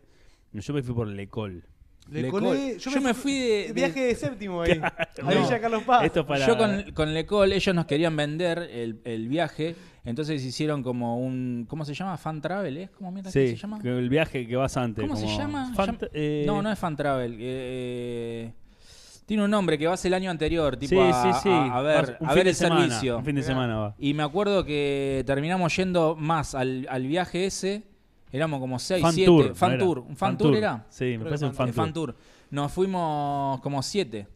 Speaker 3: No, Yo me fui por Lecol.
Speaker 1: Le
Speaker 2: Le
Speaker 1: colé-
Speaker 2: colé. Yo me fui de- de-
Speaker 1: viaje de séptimo ahí. a
Speaker 2: No.
Speaker 1: Villa Carlos Paz.
Speaker 3: Esto para...
Speaker 2: Yo con, con Lecol, ellos nos querían vender el, el viaje, entonces hicieron como un. ¿Cómo se llama? Fan Travel, ¿es? ¿Cómo mierda que
Speaker 3: Sí,
Speaker 2: se llama?
Speaker 3: que el viaje que vas antes.
Speaker 2: ¿Cómo se
Speaker 3: como-
Speaker 2: llama?
Speaker 3: Fant-
Speaker 2: Llam-
Speaker 3: eh,
Speaker 2: No, no es Fan Travel. eh, tiene un nombre que vas el año anterior, tipo
Speaker 3: sí,
Speaker 2: a,
Speaker 3: sí, sí.
Speaker 2: a- a ver,
Speaker 3: Vas un
Speaker 2: a
Speaker 3: fin
Speaker 2: ver
Speaker 3: de
Speaker 2: el
Speaker 3: semana,
Speaker 2: servicio.
Speaker 3: Un fin de
Speaker 1: Mirá.
Speaker 3: semana va.
Speaker 2: Y me acuerdo que terminamos yendo más al, al viaje ese. Éramos como 6, 7. fan
Speaker 3: ¿no era?
Speaker 2: tour. ¿Un fan, tour era?
Speaker 3: Sí, me
Speaker 1: que
Speaker 3: parece un
Speaker 1: fan
Speaker 3: fan
Speaker 2: El
Speaker 3: tour.
Speaker 2: fan tour. Nos fuimos como 7.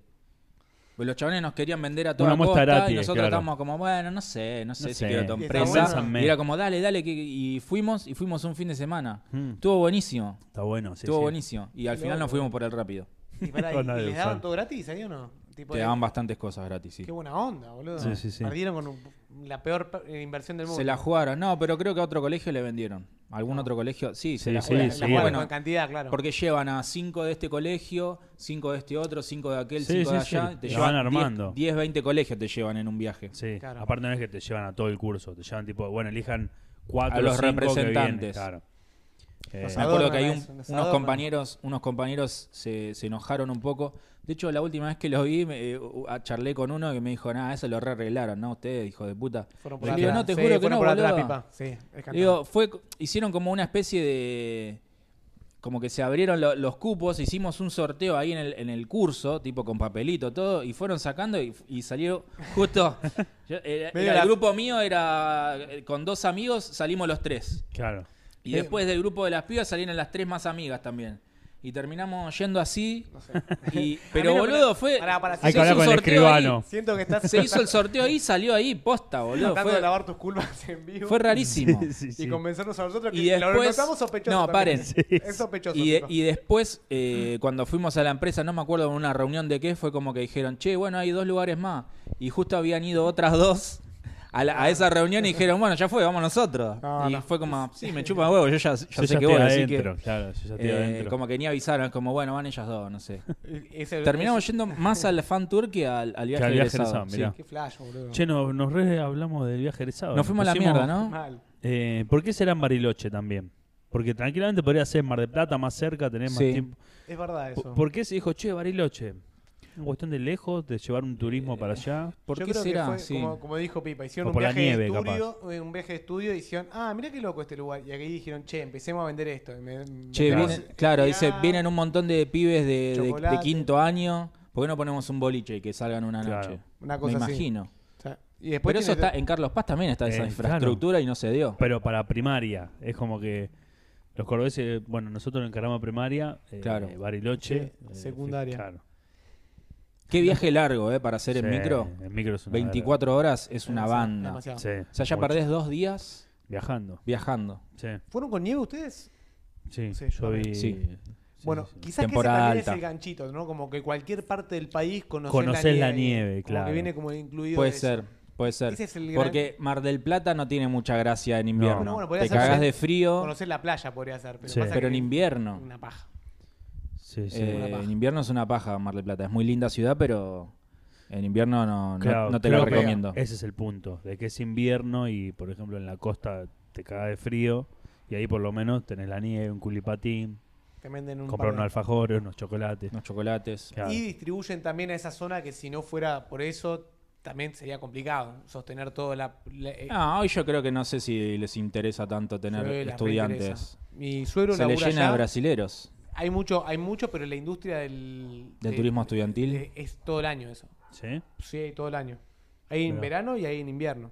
Speaker 2: Pues los chavales nos querían vender a toda
Speaker 3: Una muestra
Speaker 2: costa
Speaker 3: gratis,
Speaker 2: y nosotros
Speaker 3: claro.
Speaker 2: estábamos como, bueno, no sé, no sé si
Speaker 3: sé,
Speaker 2: quiero tu
Speaker 1: y
Speaker 2: empresa.
Speaker 3: convénzanme.
Speaker 2: Y era como, dale, dale, que- y fuimos, y fuimos un fin de semana.
Speaker 3: Mm.
Speaker 2: Estuvo buenísimo,
Speaker 3: Está bueno, sí.
Speaker 2: estuvo
Speaker 3: sí.
Speaker 2: buenísimo. Y al
Speaker 1: Qué
Speaker 2: final nos
Speaker 1: loco.
Speaker 2: fuimos por el rápido.
Speaker 1: Y, pará, ¿y-
Speaker 3: Onda
Speaker 1: y
Speaker 3: de
Speaker 1: les daban
Speaker 3: usar.
Speaker 1: todo gratis ahí o no? Tipo,
Speaker 2: Te
Speaker 1: eh,
Speaker 2: daban bastantes cosas gratis, sí.
Speaker 1: Qué buena onda, boludo.
Speaker 3: Sí, sí, sí.
Speaker 1: Perdieron con un- la peor pa- eh, inversión del mundo.
Speaker 2: Se la jugaron. No, pero creo que a otro colegio le vendieron. ¿Algún otro colegio? Sí, se
Speaker 3: Sí,
Speaker 2: la
Speaker 3: sí,
Speaker 2: jugaron.
Speaker 1: la
Speaker 3: sí,
Speaker 2: Pero
Speaker 1: jugaron
Speaker 3: bueno.
Speaker 1: con cantidad, claro.
Speaker 2: Porque llevan a cinco de este colegio, cinco de este otro, cinco de aquel,
Speaker 3: Sí,
Speaker 2: cinco de
Speaker 3: sí,
Speaker 2: allá.
Speaker 3: sí.
Speaker 2: Te
Speaker 3: La
Speaker 2: llevan
Speaker 3: van armando.
Speaker 2: 10, 20 colegios te llevan en un viaje.
Speaker 3: Sí.
Speaker 1: Claro.
Speaker 3: Aparte no es que te llevan a todo el curso, te llevan tipo, bueno, elijan cuatro
Speaker 2: A
Speaker 3: o
Speaker 2: los
Speaker 3: cinco que vienen,
Speaker 2: representantes.
Speaker 3: claro. Eh,
Speaker 1: Los
Speaker 2: Me acuerdo
Speaker 1: Adornan
Speaker 2: que
Speaker 1: a
Speaker 2: hay un-
Speaker 1: eso, los
Speaker 2: unos
Speaker 1: adornan.
Speaker 2: compañeros, unos compañeros se, se enojaron un poco. De hecho, la última vez que los vi, me- eh, u- a- charlé con uno que me dijo, nada, eso lo re arreglaron, ¿no? Ustedes, hijo de puta.
Speaker 1: Fueron
Speaker 2: Le
Speaker 1: atrás.
Speaker 2: digo, no, te
Speaker 1: Sí,
Speaker 2: juro que
Speaker 1: fueron
Speaker 2: no,
Speaker 1: por atrás,
Speaker 2: boludo.
Speaker 1: pipa. Sí, es cantante.
Speaker 2: Digo, fue, hicieron como una especie de. Como que se abrieron lo- los cupos, hicimos un sorteo ahí en el, en el curso, tipo con papelito, todo, y fueron sacando y, y salió justo. yo- era-
Speaker 1: Medio
Speaker 2: era
Speaker 1: la-
Speaker 2: el grupo mío era eh, con dos amigos, salimos los tres.
Speaker 3: Claro.
Speaker 2: Y
Speaker 1: Bien.
Speaker 2: después del grupo de las pibas salieron las tres más amigas también. Y terminamos yendo así.
Speaker 1: No sé.
Speaker 2: y-
Speaker 1: A
Speaker 2: pero
Speaker 1: mí lo que-
Speaker 2: boludo, fue.
Speaker 1: Pará, pará,
Speaker 2: se
Speaker 3: Hay que
Speaker 2: hizo
Speaker 3: hablar
Speaker 2: un
Speaker 3: con el
Speaker 2: sorteo ahí.
Speaker 3: escribano.
Speaker 1: Siento que estás
Speaker 2: Se hizo el sorteo ahí, salió ahí, posta, boludo.
Speaker 1: tratando de
Speaker 2: Fue,
Speaker 1: lavar tus culpas en vivo.
Speaker 2: fue rarísimo.
Speaker 3: Sí,
Speaker 1: Y
Speaker 3: sí.
Speaker 1: convencernos a nosotros que
Speaker 2: Y
Speaker 1: lo
Speaker 2: después-
Speaker 1: notamos sospechoso.
Speaker 2: No,
Speaker 1: también.
Speaker 2: paren.
Speaker 1: Es sospechoso.
Speaker 2: Y, de-
Speaker 1: pipa.
Speaker 2: y después, eh, cuando fuimos a la empresa, no me acuerdo en una reunión de qué, fue como que dijeron, che, bueno, hay dos lugares más. Y justo habían ido otras dos a, la- a esa reunión y dijeron, bueno, ya fue, vamos nosotros.
Speaker 1: No,
Speaker 2: y
Speaker 1: no.
Speaker 2: fue como, sí, me chupa huevo, yo ya, ya
Speaker 3: Yo
Speaker 2: sé
Speaker 3: ya
Speaker 2: que
Speaker 3: estoy
Speaker 2: voy, así que.
Speaker 3: adentro, claro, yo ya estoy
Speaker 2: eh,
Speaker 3: adentro.
Speaker 2: como que ni avisaron, como bueno, van ellas dos, no sé.
Speaker 1: Y ese-
Speaker 2: Terminamos
Speaker 1: ese-
Speaker 2: yendo más al fan tour que al, al viaje
Speaker 3: al viaje
Speaker 2: egresado,
Speaker 3: egresado,
Speaker 2: sí.
Speaker 3: mirá.
Speaker 1: Qué flash, boludo.
Speaker 3: Che, no- nos re hablamos del viaje egresado.
Speaker 2: Nos fuimos a la
Speaker 3: pusimos-
Speaker 2: mierda, ¿no?
Speaker 1: Mal.
Speaker 3: Eh, ¿Por qué será en Bariloche también? Porque tranquilamente podría ser Mar de Plata, más cerca, tenés
Speaker 2: Sí.
Speaker 3: más tiempo.
Speaker 1: Es verdad eso.
Speaker 3: P- ¿Por qué se dijo, che, Bariloche? ¿Una cuestión de lejos, de llevar un turismo para allá?
Speaker 2: ¿Por
Speaker 1: Yo
Speaker 2: qué
Speaker 1: creo que
Speaker 2: será?
Speaker 1: fue,
Speaker 2: Sí.
Speaker 1: como, como dijo Pipa, hicieron
Speaker 3: O
Speaker 1: un
Speaker 3: por la
Speaker 1: viaje, de
Speaker 3: nieve,
Speaker 1: estudio, eh, un viaje de estudio y hicieron, ah, mirá qué loco este lugar. Y aquí dijeron, che, empecemos a vender esto. Y me- me
Speaker 2: Che,
Speaker 1: quedaba
Speaker 2: vienen-
Speaker 1: así,
Speaker 2: claro,
Speaker 1: mirá,
Speaker 2: dice, vienen un montón de pibes de- de, de,
Speaker 1: Chocolate.
Speaker 2: quinto año. ¿Por qué no ponemos un boliche y que salgan una
Speaker 3: Claro.
Speaker 2: noche?
Speaker 1: Una
Speaker 2: Me
Speaker 1: cosa así.
Speaker 2: imagino.
Speaker 1: O sea, y después
Speaker 2: Pero eso
Speaker 1: tiene-
Speaker 2: está, eh, en Carlos Paz también está esa
Speaker 3: Eh,
Speaker 2: infraestructura y no se dio.
Speaker 3: Pero para primaria, es como que los cordobeses, bueno, nosotros nos encargamos de primaria, eh,
Speaker 2: Claro.
Speaker 3: Bariloche,
Speaker 1: Sí,
Speaker 3: eh,
Speaker 1: secundaria.
Speaker 3: claro.
Speaker 2: Qué viaje largo, ¿eh? Para hacer en
Speaker 3: Sí,
Speaker 2: micro.
Speaker 3: En micro es una
Speaker 2: 24 horas es una
Speaker 1: demasiado,
Speaker 2: banda. O
Speaker 1: demasiado.
Speaker 3: verga. Sí,
Speaker 2: sea, ya
Speaker 3: mucho.
Speaker 2: perdés dos días
Speaker 3: Viajando,
Speaker 2: viajando.
Speaker 3: sí.
Speaker 1: ¿Fueron con nieve ustedes?
Speaker 3: Sí,
Speaker 1: Sí, yo
Speaker 3: yo vi.
Speaker 1: también.
Speaker 2: Sí.
Speaker 3: sí,
Speaker 1: bueno,
Speaker 3: sí, sí.
Speaker 1: quizás
Speaker 2: Temporada
Speaker 1: que ese también
Speaker 2: alta.
Speaker 1: es el ganchito, ¿no? Como que cualquier parte del país conoces,
Speaker 3: Conocés
Speaker 1: la nieve.
Speaker 3: la nieve,
Speaker 1: como
Speaker 3: claro.
Speaker 1: que viene como incluido.
Speaker 2: Puede
Speaker 1: eso.
Speaker 2: ser, puede ser.
Speaker 1: Ese es el gran-
Speaker 2: Porque Mar del Plata no tiene mucha gracia en invierno.
Speaker 1: No, bueno, podría
Speaker 2: Te
Speaker 1: ser-
Speaker 2: cagás de frío,
Speaker 1: Conocer la playa podría ser, pero,
Speaker 3: Sí.
Speaker 1: pasa
Speaker 2: pero
Speaker 1: que
Speaker 2: en invierno.
Speaker 1: Una paja.
Speaker 3: Sí, sí.
Speaker 2: Eh,
Speaker 1: una paja.
Speaker 2: en invierno es una paja Mar del Plata. Es muy linda ciudad, pero en invierno no, no-
Speaker 3: Claro,
Speaker 2: no te
Speaker 3: creo
Speaker 2: lo
Speaker 3: que
Speaker 2: recomiendo.
Speaker 3: Ese es el punto, de que es invierno y, por ejemplo, en la costa te caga de frío y ahí por lo menos tenés la nieve, un culipatín,
Speaker 1: Te venden un
Speaker 3: comprar
Speaker 1: par de-
Speaker 3: unos alfajores, unos chocolates.
Speaker 2: Los chocolates.
Speaker 3: Claro.
Speaker 1: Y distribuyen también a esa zona que si no fuera por eso, también sería complicado sostener todo la... la- eh,
Speaker 2: Ah, hoy yo creo que no sé si les interesa tanto tener
Speaker 1: se ve, las
Speaker 2: estudiantes.
Speaker 1: reinteresa. Mi suegro
Speaker 2: Se le
Speaker 1: labura
Speaker 2: llena de
Speaker 1: allá.
Speaker 2: brasileros
Speaker 1: Hay mucho, hay mucho, pero la industria del...
Speaker 2: del
Speaker 1: de-
Speaker 2: turismo estudiantil.
Speaker 1: de- es todo el año eso.
Speaker 3: ¿Sí?
Speaker 1: Sí, hay todo el año. Hay en
Speaker 3: Mirá.
Speaker 1: verano y hay en invierno.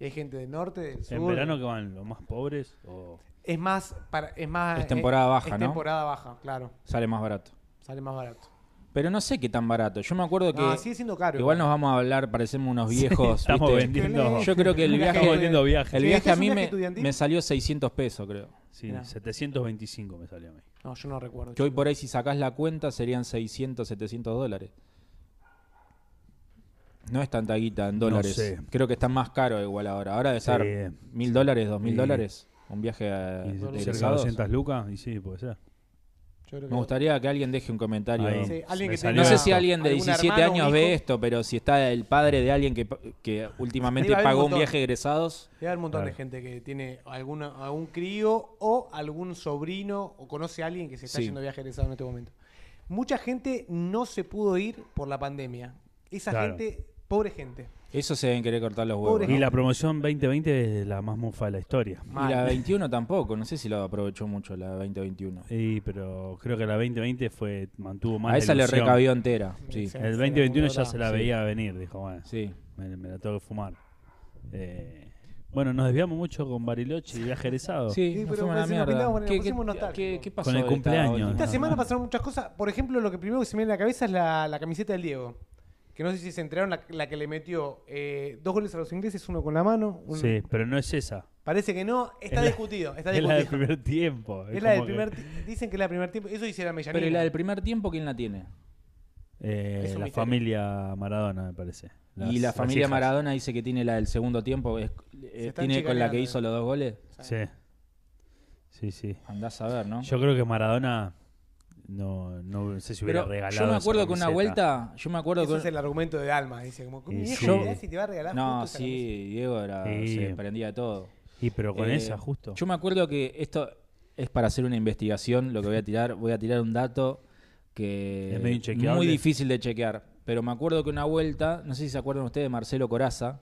Speaker 1: Y hay gente del norte, del sur.
Speaker 3: ¿En verano que van los más pobres? O...
Speaker 1: Es más... Para, es más... eh,
Speaker 2: Es temporada baja,
Speaker 1: es
Speaker 2: ¿no?
Speaker 1: temporada baja, claro.
Speaker 2: Sale más barato.
Speaker 1: Sale más barato.
Speaker 2: Pero no sé qué tan barato. Yo me acuerdo que
Speaker 1: No, sigue siendo caro.
Speaker 2: igual nos vamos a hablar, parecemos unos viejos.
Speaker 3: Estamos
Speaker 2: ¿viste?
Speaker 3: vendiendo,
Speaker 2: Yo creo que el
Speaker 1: Un viaje
Speaker 2: viaje,
Speaker 1: de-
Speaker 3: vendiendo viajes.
Speaker 2: el
Speaker 1: Sí, este
Speaker 2: viaje a
Speaker 1: es un
Speaker 2: mí
Speaker 1: viaje
Speaker 2: me,
Speaker 1: estudiantil.
Speaker 2: me salió 600 pesos, creo.
Speaker 3: Sí,
Speaker 1: Mirá.
Speaker 3: 725 me salió a mí.
Speaker 1: No, yo no recuerdo.
Speaker 2: Que hoy por ahí si sacás la cuenta serían 600, 700 dólares. No es tanta guita en dólares.
Speaker 3: sé.
Speaker 2: Creo que está más caro igual ahora. Ahora debe estar
Speaker 3: Sí.
Speaker 2: mil dólares, dos mil
Speaker 3: Sí.
Speaker 2: dólares. Un viaje eh, a
Speaker 3: Y
Speaker 2: de
Speaker 3: cerca de
Speaker 2: egresados.
Speaker 3: 200 lucas, y sí, puede ser.
Speaker 1: Yo creo que
Speaker 2: Me gustaría que alguien deje un comentario.
Speaker 3: Ahí.
Speaker 1: Sí, alguien
Speaker 3: Me
Speaker 1: que
Speaker 3: salió
Speaker 2: No
Speaker 1: tenga
Speaker 2: sé si alguien de
Speaker 1: algún
Speaker 2: 17
Speaker 1: hermano, un
Speaker 2: años ve
Speaker 1: hijo.
Speaker 2: esto, pero si está el padre de alguien que, pa- que últimamente
Speaker 1: Debe haber un
Speaker 2: pagó un
Speaker 1: montón.
Speaker 2: viaje egresados,
Speaker 1: Debe haber un montón de
Speaker 3: Claro.
Speaker 1: gente que tiene alguna, algún crío o algún sobrino o conoce a alguien que se está
Speaker 2: Sí.
Speaker 1: yendo de viaje egresado en este momento. Mucha gente no se pudo ir por la pandemia. Esa
Speaker 3: Claro.
Speaker 1: gente, pobre gente.
Speaker 2: eso se deben querer cortar los huevos.
Speaker 1: Pobre
Speaker 2: ¿no?
Speaker 3: Y la promoción 2020 es la más mufa de la historia.
Speaker 2: Y la
Speaker 1: Mal.
Speaker 2: 21 tampoco, no sé si la aprovechó mucho la 2021.
Speaker 3: Y, pero creo que la 2020 fue mantuvo más
Speaker 2: A
Speaker 3: la
Speaker 2: esa le
Speaker 3: ilusión.
Speaker 2: recabió entera. Sí,
Speaker 1: Sí.
Speaker 3: El 2021 ya se la veía venir, dijo, bueno,
Speaker 2: sí.
Speaker 3: me, me la tengo que fumar. Eh, bueno, nos desviamos mucho con Bariloche y viaje egresado.
Speaker 2: Sí,
Speaker 1: Sí,
Speaker 2: nos
Speaker 1: pero
Speaker 2: fuimos a la
Speaker 1: nos pusimos-
Speaker 2: mierda.
Speaker 1: nos ponemos-
Speaker 2: ¿Qué-
Speaker 1: nos pusimos
Speaker 2: qué-
Speaker 1: nostálgicos.
Speaker 2: qué- qué pasó
Speaker 3: Con el
Speaker 2: de esta
Speaker 3: cumpleaños.
Speaker 2: última?
Speaker 1: Esta semana
Speaker 3: Ajá.
Speaker 1: pasaron muchas cosas. Por ejemplo, lo que primero que se me viene a la cabeza es la, la camiseta del Diego. que no sé si se enteraron, la, la que le metió eh, dos goles a los ingleses, uno con la mano. uno-
Speaker 3: Sí, pero no es esa.
Speaker 1: Parece que no, está
Speaker 3: Es la-
Speaker 1: discutido, está
Speaker 3: es la del
Speaker 1: discutido.
Speaker 3: primer tiempo.
Speaker 1: Es la del
Speaker 3: como que-
Speaker 1: primer ti- Dicen que es la del primer tiempo. Eso dice la Avellaneda.
Speaker 2: Pero ¿y la del primer tiempo quién la tiene?
Speaker 3: Eh,
Speaker 1: Es un
Speaker 3: la
Speaker 1: misterio.
Speaker 3: familia Maradona, me parece.
Speaker 2: y
Speaker 3: Las-
Speaker 2: la
Speaker 3: las
Speaker 2: familia
Speaker 3: hijas.
Speaker 2: Maradona dice que tiene la del segundo tiempo, es- eh,
Speaker 1: están
Speaker 2: tiene con la que
Speaker 1: chicaneando.
Speaker 2: hizo los dos goles.
Speaker 3: Sí. Sí, sí.
Speaker 2: Andás a ver, ¿no?
Speaker 3: Yo creo que Maradona no, no sé si hubiera
Speaker 2: Pero
Speaker 3: regalado.
Speaker 2: yo me
Speaker 3: esa
Speaker 2: acuerdo que una
Speaker 3: camiseta.
Speaker 2: vuelta, yo me acuerdo
Speaker 1: Eso
Speaker 2: que
Speaker 1: es el argumento de Alma. Dice, como,
Speaker 3: Y
Speaker 1: mi viejo,
Speaker 3: sí.
Speaker 1: mirá si te va a regalar
Speaker 2: No,
Speaker 1: justo esa
Speaker 2: sí, Diego era,
Speaker 3: Sí.
Speaker 2: se prendía de todo.
Speaker 3: Y pero con
Speaker 2: Eh,
Speaker 3: esa, justo.
Speaker 2: Yo me acuerdo que esto es para hacer una investigación, lo que voy a tirar, voy a tirar un dato que
Speaker 3: Es medio inchequeable.
Speaker 2: muy difícil de chequear, pero me acuerdo que una vuelta, no sé si se acuerdan ustedes de Marcelo Coraza,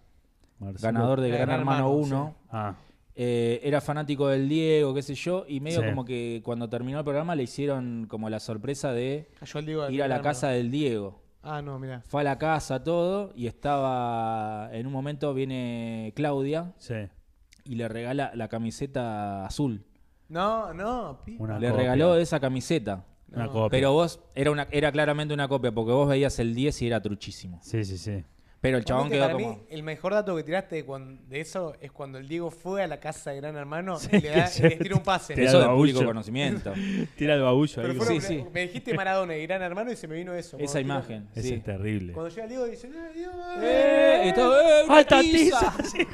Speaker 3: Marcelo-
Speaker 2: ganador de
Speaker 1: Eh,
Speaker 2: Gran,
Speaker 1: Gran
Speaker 2: Hermano
Speaker 1: Hermano,
Speaker 2: 1,
Speaker 3: Ah,
Speaker 2: eh, era fanático del Diego, qué sé yo, y medio
Speaker 3: Sí.
Speaker 2: como que cuando terminó el programa le hicieron como la sorpresa de
Speaker 1: Cayó el Diego de
Speaker 2: ir a la
Speaker 1: Alejandro.
Speaker 2: casa del Diego.
Speaker 1: Ah, no, mirá.
Speaker 2: Fue a la casa, todo, y estaba. En un momento viene Claudia
Speaker 3: sí.
Speaker 2: y le regala la camiseta azul.
Speaker 1: No, no, pi-
Speaker 3: Una
Speaker 2: le
Speaker 3: copia.
Speaker 2: regaló esa camiseta.
Speaker 3: Una
Speaker 1: No.
Speaker 3: copia.
Speaker 2: Pero vos, era, una, era claramente una copia, porque vos veías el 10 y era truchísimo.
Speaker 3: Sí, sí, sí.
Speaker 2: Pero el chabón
Speaker 1: Realmente
Speaker 2: quedó
Speaker 1: para
Speaker 2: como.
Speaker 1: mí, el mejor dato que tiraste de, cuan- de eso es cuando el Diego fue a la casa de Gran Hermano
Speaker 3: Sí,
Speaker 1: y le, da,
Speaker 3: que
Speaker 1: y le tira un pase.
Speaker 3: te
Speaker 2: Eso de
Speaker 3: Baúl,
Speaker 2: público
Speaker 3: yo-
Speaker 2: conocimiento.
Speaker 3: Tira el baullo
Speaker 1: Pero
Speaker 3: ahí.
Speaker 1: fue
Speaker 2: sí,
Speaker 1: lo-
Speaker 2: sí.
Speaker 1: Me dijiste Maradona y Gran Hermano y se me vino eso. Cuando
Speaker 2: esa
Speaker 1: tira-
Speaker 2: imagen.
Speaker 3: Ese
Speaker 2: sí.
Speaker 3: es terrible.
Speaker 1: Cuando llega el Diego dice, "Eh, Diego,
Speaker 2: ¡Eh!
Speaker 1: eh".
Speaker 2: Y todo, ¡eh, una
Speaker 3: ¡Alta
Speaker 2: tiza!
Speaker 3: tiza!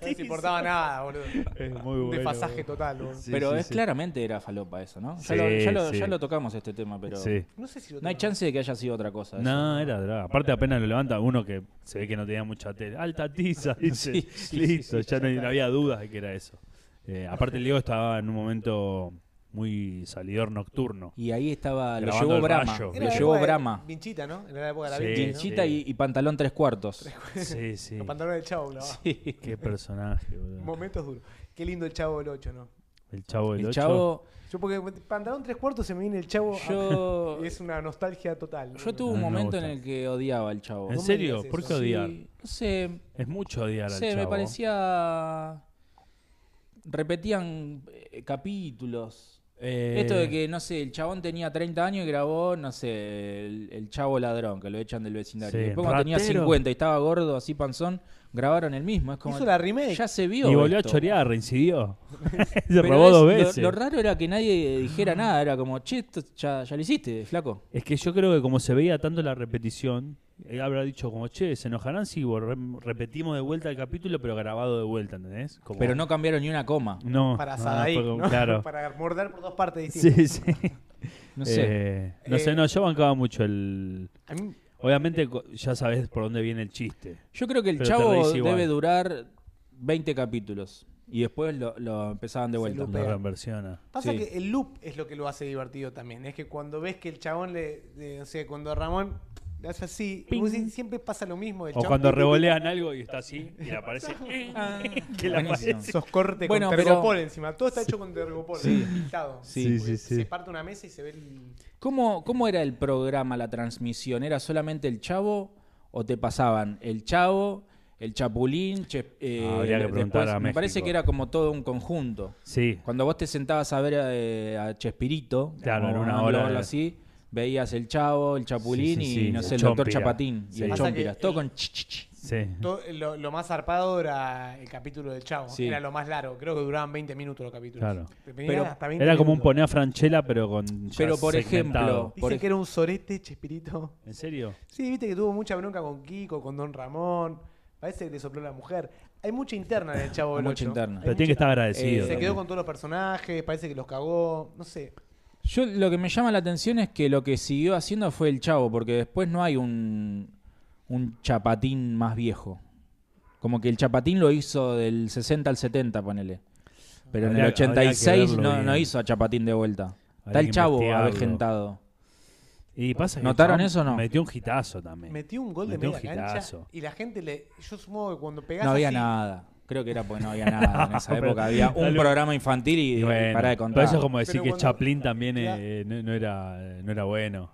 Speaker 1: No se importaba nada, boludo.
Speaker 3: Es muy
Speaker 1: Un
Speaker 3: bueno.
Speaker 1: desfasaje total, boludo.
Speaker 3: Sí,
Speaker 2: pero
Speaker 3: sí,
Speaker 2: es
Speaker 3: sí.
Speaker 2: claramente era falopa eso, ¿no? Ya,
Speaker 3: Sí,
Speaker 2: lo, ya lo-
Speaker 3: sí.
Speaker 2: ya lo tocamos este tema, pero.
Speaker 3: Sí.
Speaker 1: No sé si lo
Speaker 2: No hay
Speaker 1: tengo.
Speaker 2: chance de que haya sido otra cosa. eso.
Speaker 3: No, era droga. Aparte apenas lo levanta uno que se ve que no tenía mucha tele. Alta tiza, dice.
Speaker 2: Sí, sí,
Speaker 3: Listo, ya no, no había dudas de que era eso. Eh, aparte el Diego estaba en un momento muy salidor nocturno.
Speaker 2: Y ahí estaba, lo
Speaker 3: Grabando
Speaker 2: llevó
Speaker 3: el
Speaker 2: Brahma.
Speaker 3: rayo.
Speaker 2: Lo
Speaker 1: Era la
Speaker 2: llevó
Speaker 1: época de
Speaker 2: Brahma.
Speaker 1: Vinchita, ¿no? Era la época de la
Speaker 3: Sí,
Speaker 1: Vinci, ¿no?
Speaker 2: Pinchita y, y pantalón tres cuartos.
Speaker 3: Sí, sí.
Speaker 1: Los pantalones del chavo, la verdad.
Speaker 2: Sí.
Speaker 3: Qué personaje, boludo.
Speaker 1: Momentos duros. Qué lindo el chavo del 8, ¿no?
Speaker 3: El chavo del
Speaker 2: El
Speaker 3: 8.
Speaker 2: chavo,
Speaker 1: Yo porque pantalón tres cuartos se me viene el chavo. a-
Speaker 2: yo,
Speaker 1: y es una nostalgia total.
Speaker 2: yo tuve
Speaker 3: No,
Speaker 2: un
Speaker 3: no me
Speaker 2: momento en
Speaker 3: gusta.
Speaker 2: el que odiaba al chavo.
Speaker 3: ¿En
Speaker 1: No me
Speaker 3: serio?
Speaker 1: digas
Speaker 3: ¿Por
Speaker 1: eso.
Speaker 3: qué odiar?
Speaker 2: Sí, no sé,
Speaker 3: Es mucho odiar
Speaker 2: no
Speaker 3: al
Speaker 2: sé,
Speaker 3: chavo.
Speaker 2: me parecía... Repetían eh, capítulos.
Speaker 3: Eh,
Speaker 2: Esto de que, no sé, el chabón tenía 30 años y grabó, no sé, el, el chavo ladrón, que lo echan del vecindario.
Speaker 3: Sí,
Speaker 2: Después cuando tenía
Speaker 3: ratero.
Speaker 2: 50 y estaba gordo, así panzón, grabaron el mismo. Es como,
Speaker 1: Hizo la remake.
Speaker 2: ya se vio
Speaker 3: Y volvió
Speaker 2: esto.
Speaker 3: a chorear, reincidió. Se
Speaker 2: Pero
Speaker 3: robó
Speaker 2: es-
Speaker 3: dos
Speaker 2: lo-
Speaker 3: veces.
Speaker 2: Lo, raro era que nadie dijera nada, era como, che, esto ya, ya lo hiciste, flaco.
Speaker 3: Es que yo creo que como se veía tanto la repetición, él habrá dicho como, che, se enojarán si borre- repetimos de vuelta el capítulo, pero grabado de vuelta, ¿entendés? Como-
Speaker 2: Pero no cambiaron ni una coma.
Speaker 3: No.
Speaker 1: Para
Speaker 3: no,
Speaker 1: Sadaí,
Speaker 3: fue como-
Speaker 1: ¿no?
Speaker 3: Claro.
Speaker 1: Para morder por dos partes distintas.
Speaker 3: Sí, sí.
Speaker 2: No sé.
Speaker 3: Eh, no
Speaker 1: Eh,
Speaker 3: sé, no, yo bancaba mucho el...
Speaker 1: A mí,
Speaker 3: Obviamente co- ya sabes por dónde viene el chiste.
Speaker 2: Yo creo que el
Speaker 3: pero te
Speaker 2: chavo
Speaker 3: reís igual.
Speaker 2: debe durar 20 capítulos. Y después lo, lo empezaban de
Speaker 1: Se
Speaker 2: vuelta.
Speaker 1: lo
Speaker 3: Lo
Speaker 1: pega.
Speaker 3: reinversiona.
Speaker 1: pasa
Speaker 2: Sí.
Speaker 1: que el loop es lo que lo hace divertido también. Es que cuando ves que el chabón le. le- o sea, cuando Ramón le hace así, y vos decís, siempre pasa lo mismo. El
Speaker 3: O
Speaker 1: chabón-
Speaker 3: cuando revolean algo y está así y le aparece... que le
Speaker 2: Buenísimo.
Speaker 3: aparece.
Speaker 1: Esos cortes
Speaker 2: Bueno,
Speaker 1: con
Speaker 2: pero-
Speaker 1: tergopol encima. Todo está hecho con tergopol. pintado.
Speaker 2: Sí,
Speaker 3: sí, sí.
Speaker 1: Se parte una mesa y se ve el.
Speaker 2: ¿Cómo, ¿Cómo era el programa, la transmisión? ¿Era solamente el chavo o te pasaban el chavo, el chapulín? che- eh,
Speaker 3: Habría que preguntar a
Speaker 2: Me parece
Speaker 3: México.
Speaker 2: que era como todo un conjunto.
Speaker 3: Sí,
Speaker 2: Cuando vos te sentabas a ver eh, a, Chespirito,
Speaker 3: Claro,
Speaker 2: como
Speaker 3: era una
Speaker 2: vamos a
Speaker 3: hora
Speaker 2: llamarlo
Speaker 3: de-
Speaker 2: así, veías el Chavo, el Chapulín
Speaker 3: Sí, sí, sí,
Speaker 2: y no
Speaker 3: el
Speaker 2: sé, el Doctor
Speaker 3: Chompira.
Speaker 2: Chapatín
Speaker 3: Sí.
Speaker 2: y el
Speaker 1: Pasa que
Speaker 2: Chompiras,
Speaker 1: el-
Speaker 2: todo con ch, ch, ch.
Speaker 3: sí.
Speaker 1: Todo- lo, lo más zarpado era el capítulo del Chavo.
Speaker 2: Sí.
Speaker 1: Era lo más largo. Creo que duraban 20 minutos los capítulos.
Speaker 3: Claro.
Speaker 1: Venían
Speaker 2: Pero
Speaker 1: hasta 20
Speaker 3: Era como un
Speaker 1: minutos.
Speaker 3: poner a Franchella, pero con... ya
Speaker 2: Pero, por
Speaker 3: segmentado.
Speaker 2: ejemplo-
Speaker 1: Dicen
Speaker 2: por ej-
Speaker 1: que era un sorete, Chespirito.
Speaker 3: ¿En serio?
Speaker 1: Sí, viste que tuvo mucha bronca con Kiko, con Don Ramón. Parece que le sopló la mujer. Hay mucha interna del Chavo del Ocho.
Speaker 2: Mucha interna.
Speaker 1: Hay
Speaker 3: Pero tiene que
Speaker 1: mucha-
Speaker 3: estar agradecido.
Speaker 1: Se quedó
Speaker 2: Eh,
Speaker 3: también.
Speaker 1: con todos los personajes, parece que los cagó. No sé.
Speaker 2: Yo lo que me llama la atención es que lo que siguió haciendo fue el Chavo, porque después no hay un, un Chapatín más viejo. Como que el Chapatín lo hizo del 60 al 70, ponele. Pero en el
Speaker 3: Habría- habría que
Speaker 2: 86
Speaker 3: verlo
Speaker 2: no,
Speaker 3: bien.
Speaker 2: no hizo a Chapatín de vuelta. Está
Speaker 3: Habría
Speaker 2: el
Speaker 3: que
Speaker 2: Chavo
Speaker 3: investigarlo.
Speaker 2: avejentado.
Speaker 3: Y pasa que
Speaker 2: ¿Notaron
Speaker 3: Trump
Speaker 2: eso o no?
Speaker 3: Metió un hitazo también.
Speaker 1: Metió un gol de
Speaker 3: Metió un
Speaker 1: media cancha.
Speaker 3: hitazo.
Speaker 1: Y la gente le. Yo supongo que cuando pegás.
Speaker 2: No había
Speaker 1: así-
Speaker 2: nada. Creo que era porque no había nada en esa
Speaker 3: pero-
Speaker 2: época. Había un
Speaker 3: Dale.
Speaker 2: programa infantil y,
Speaker 3: Y
Speaker 2: y
Speaker 3: bueno,
Speaker 2: pará de
Speaker 3: pero
Speaker 2: contar.
Speaker 3: eso es como decir
Speaker 1: Pero
Speaker 3: que
Speaker 1: cuando-
Speaker 3: Chaplin también eh,
Speaker 1: Claro.
Speaker 3: eh, no, no era, no era bueno.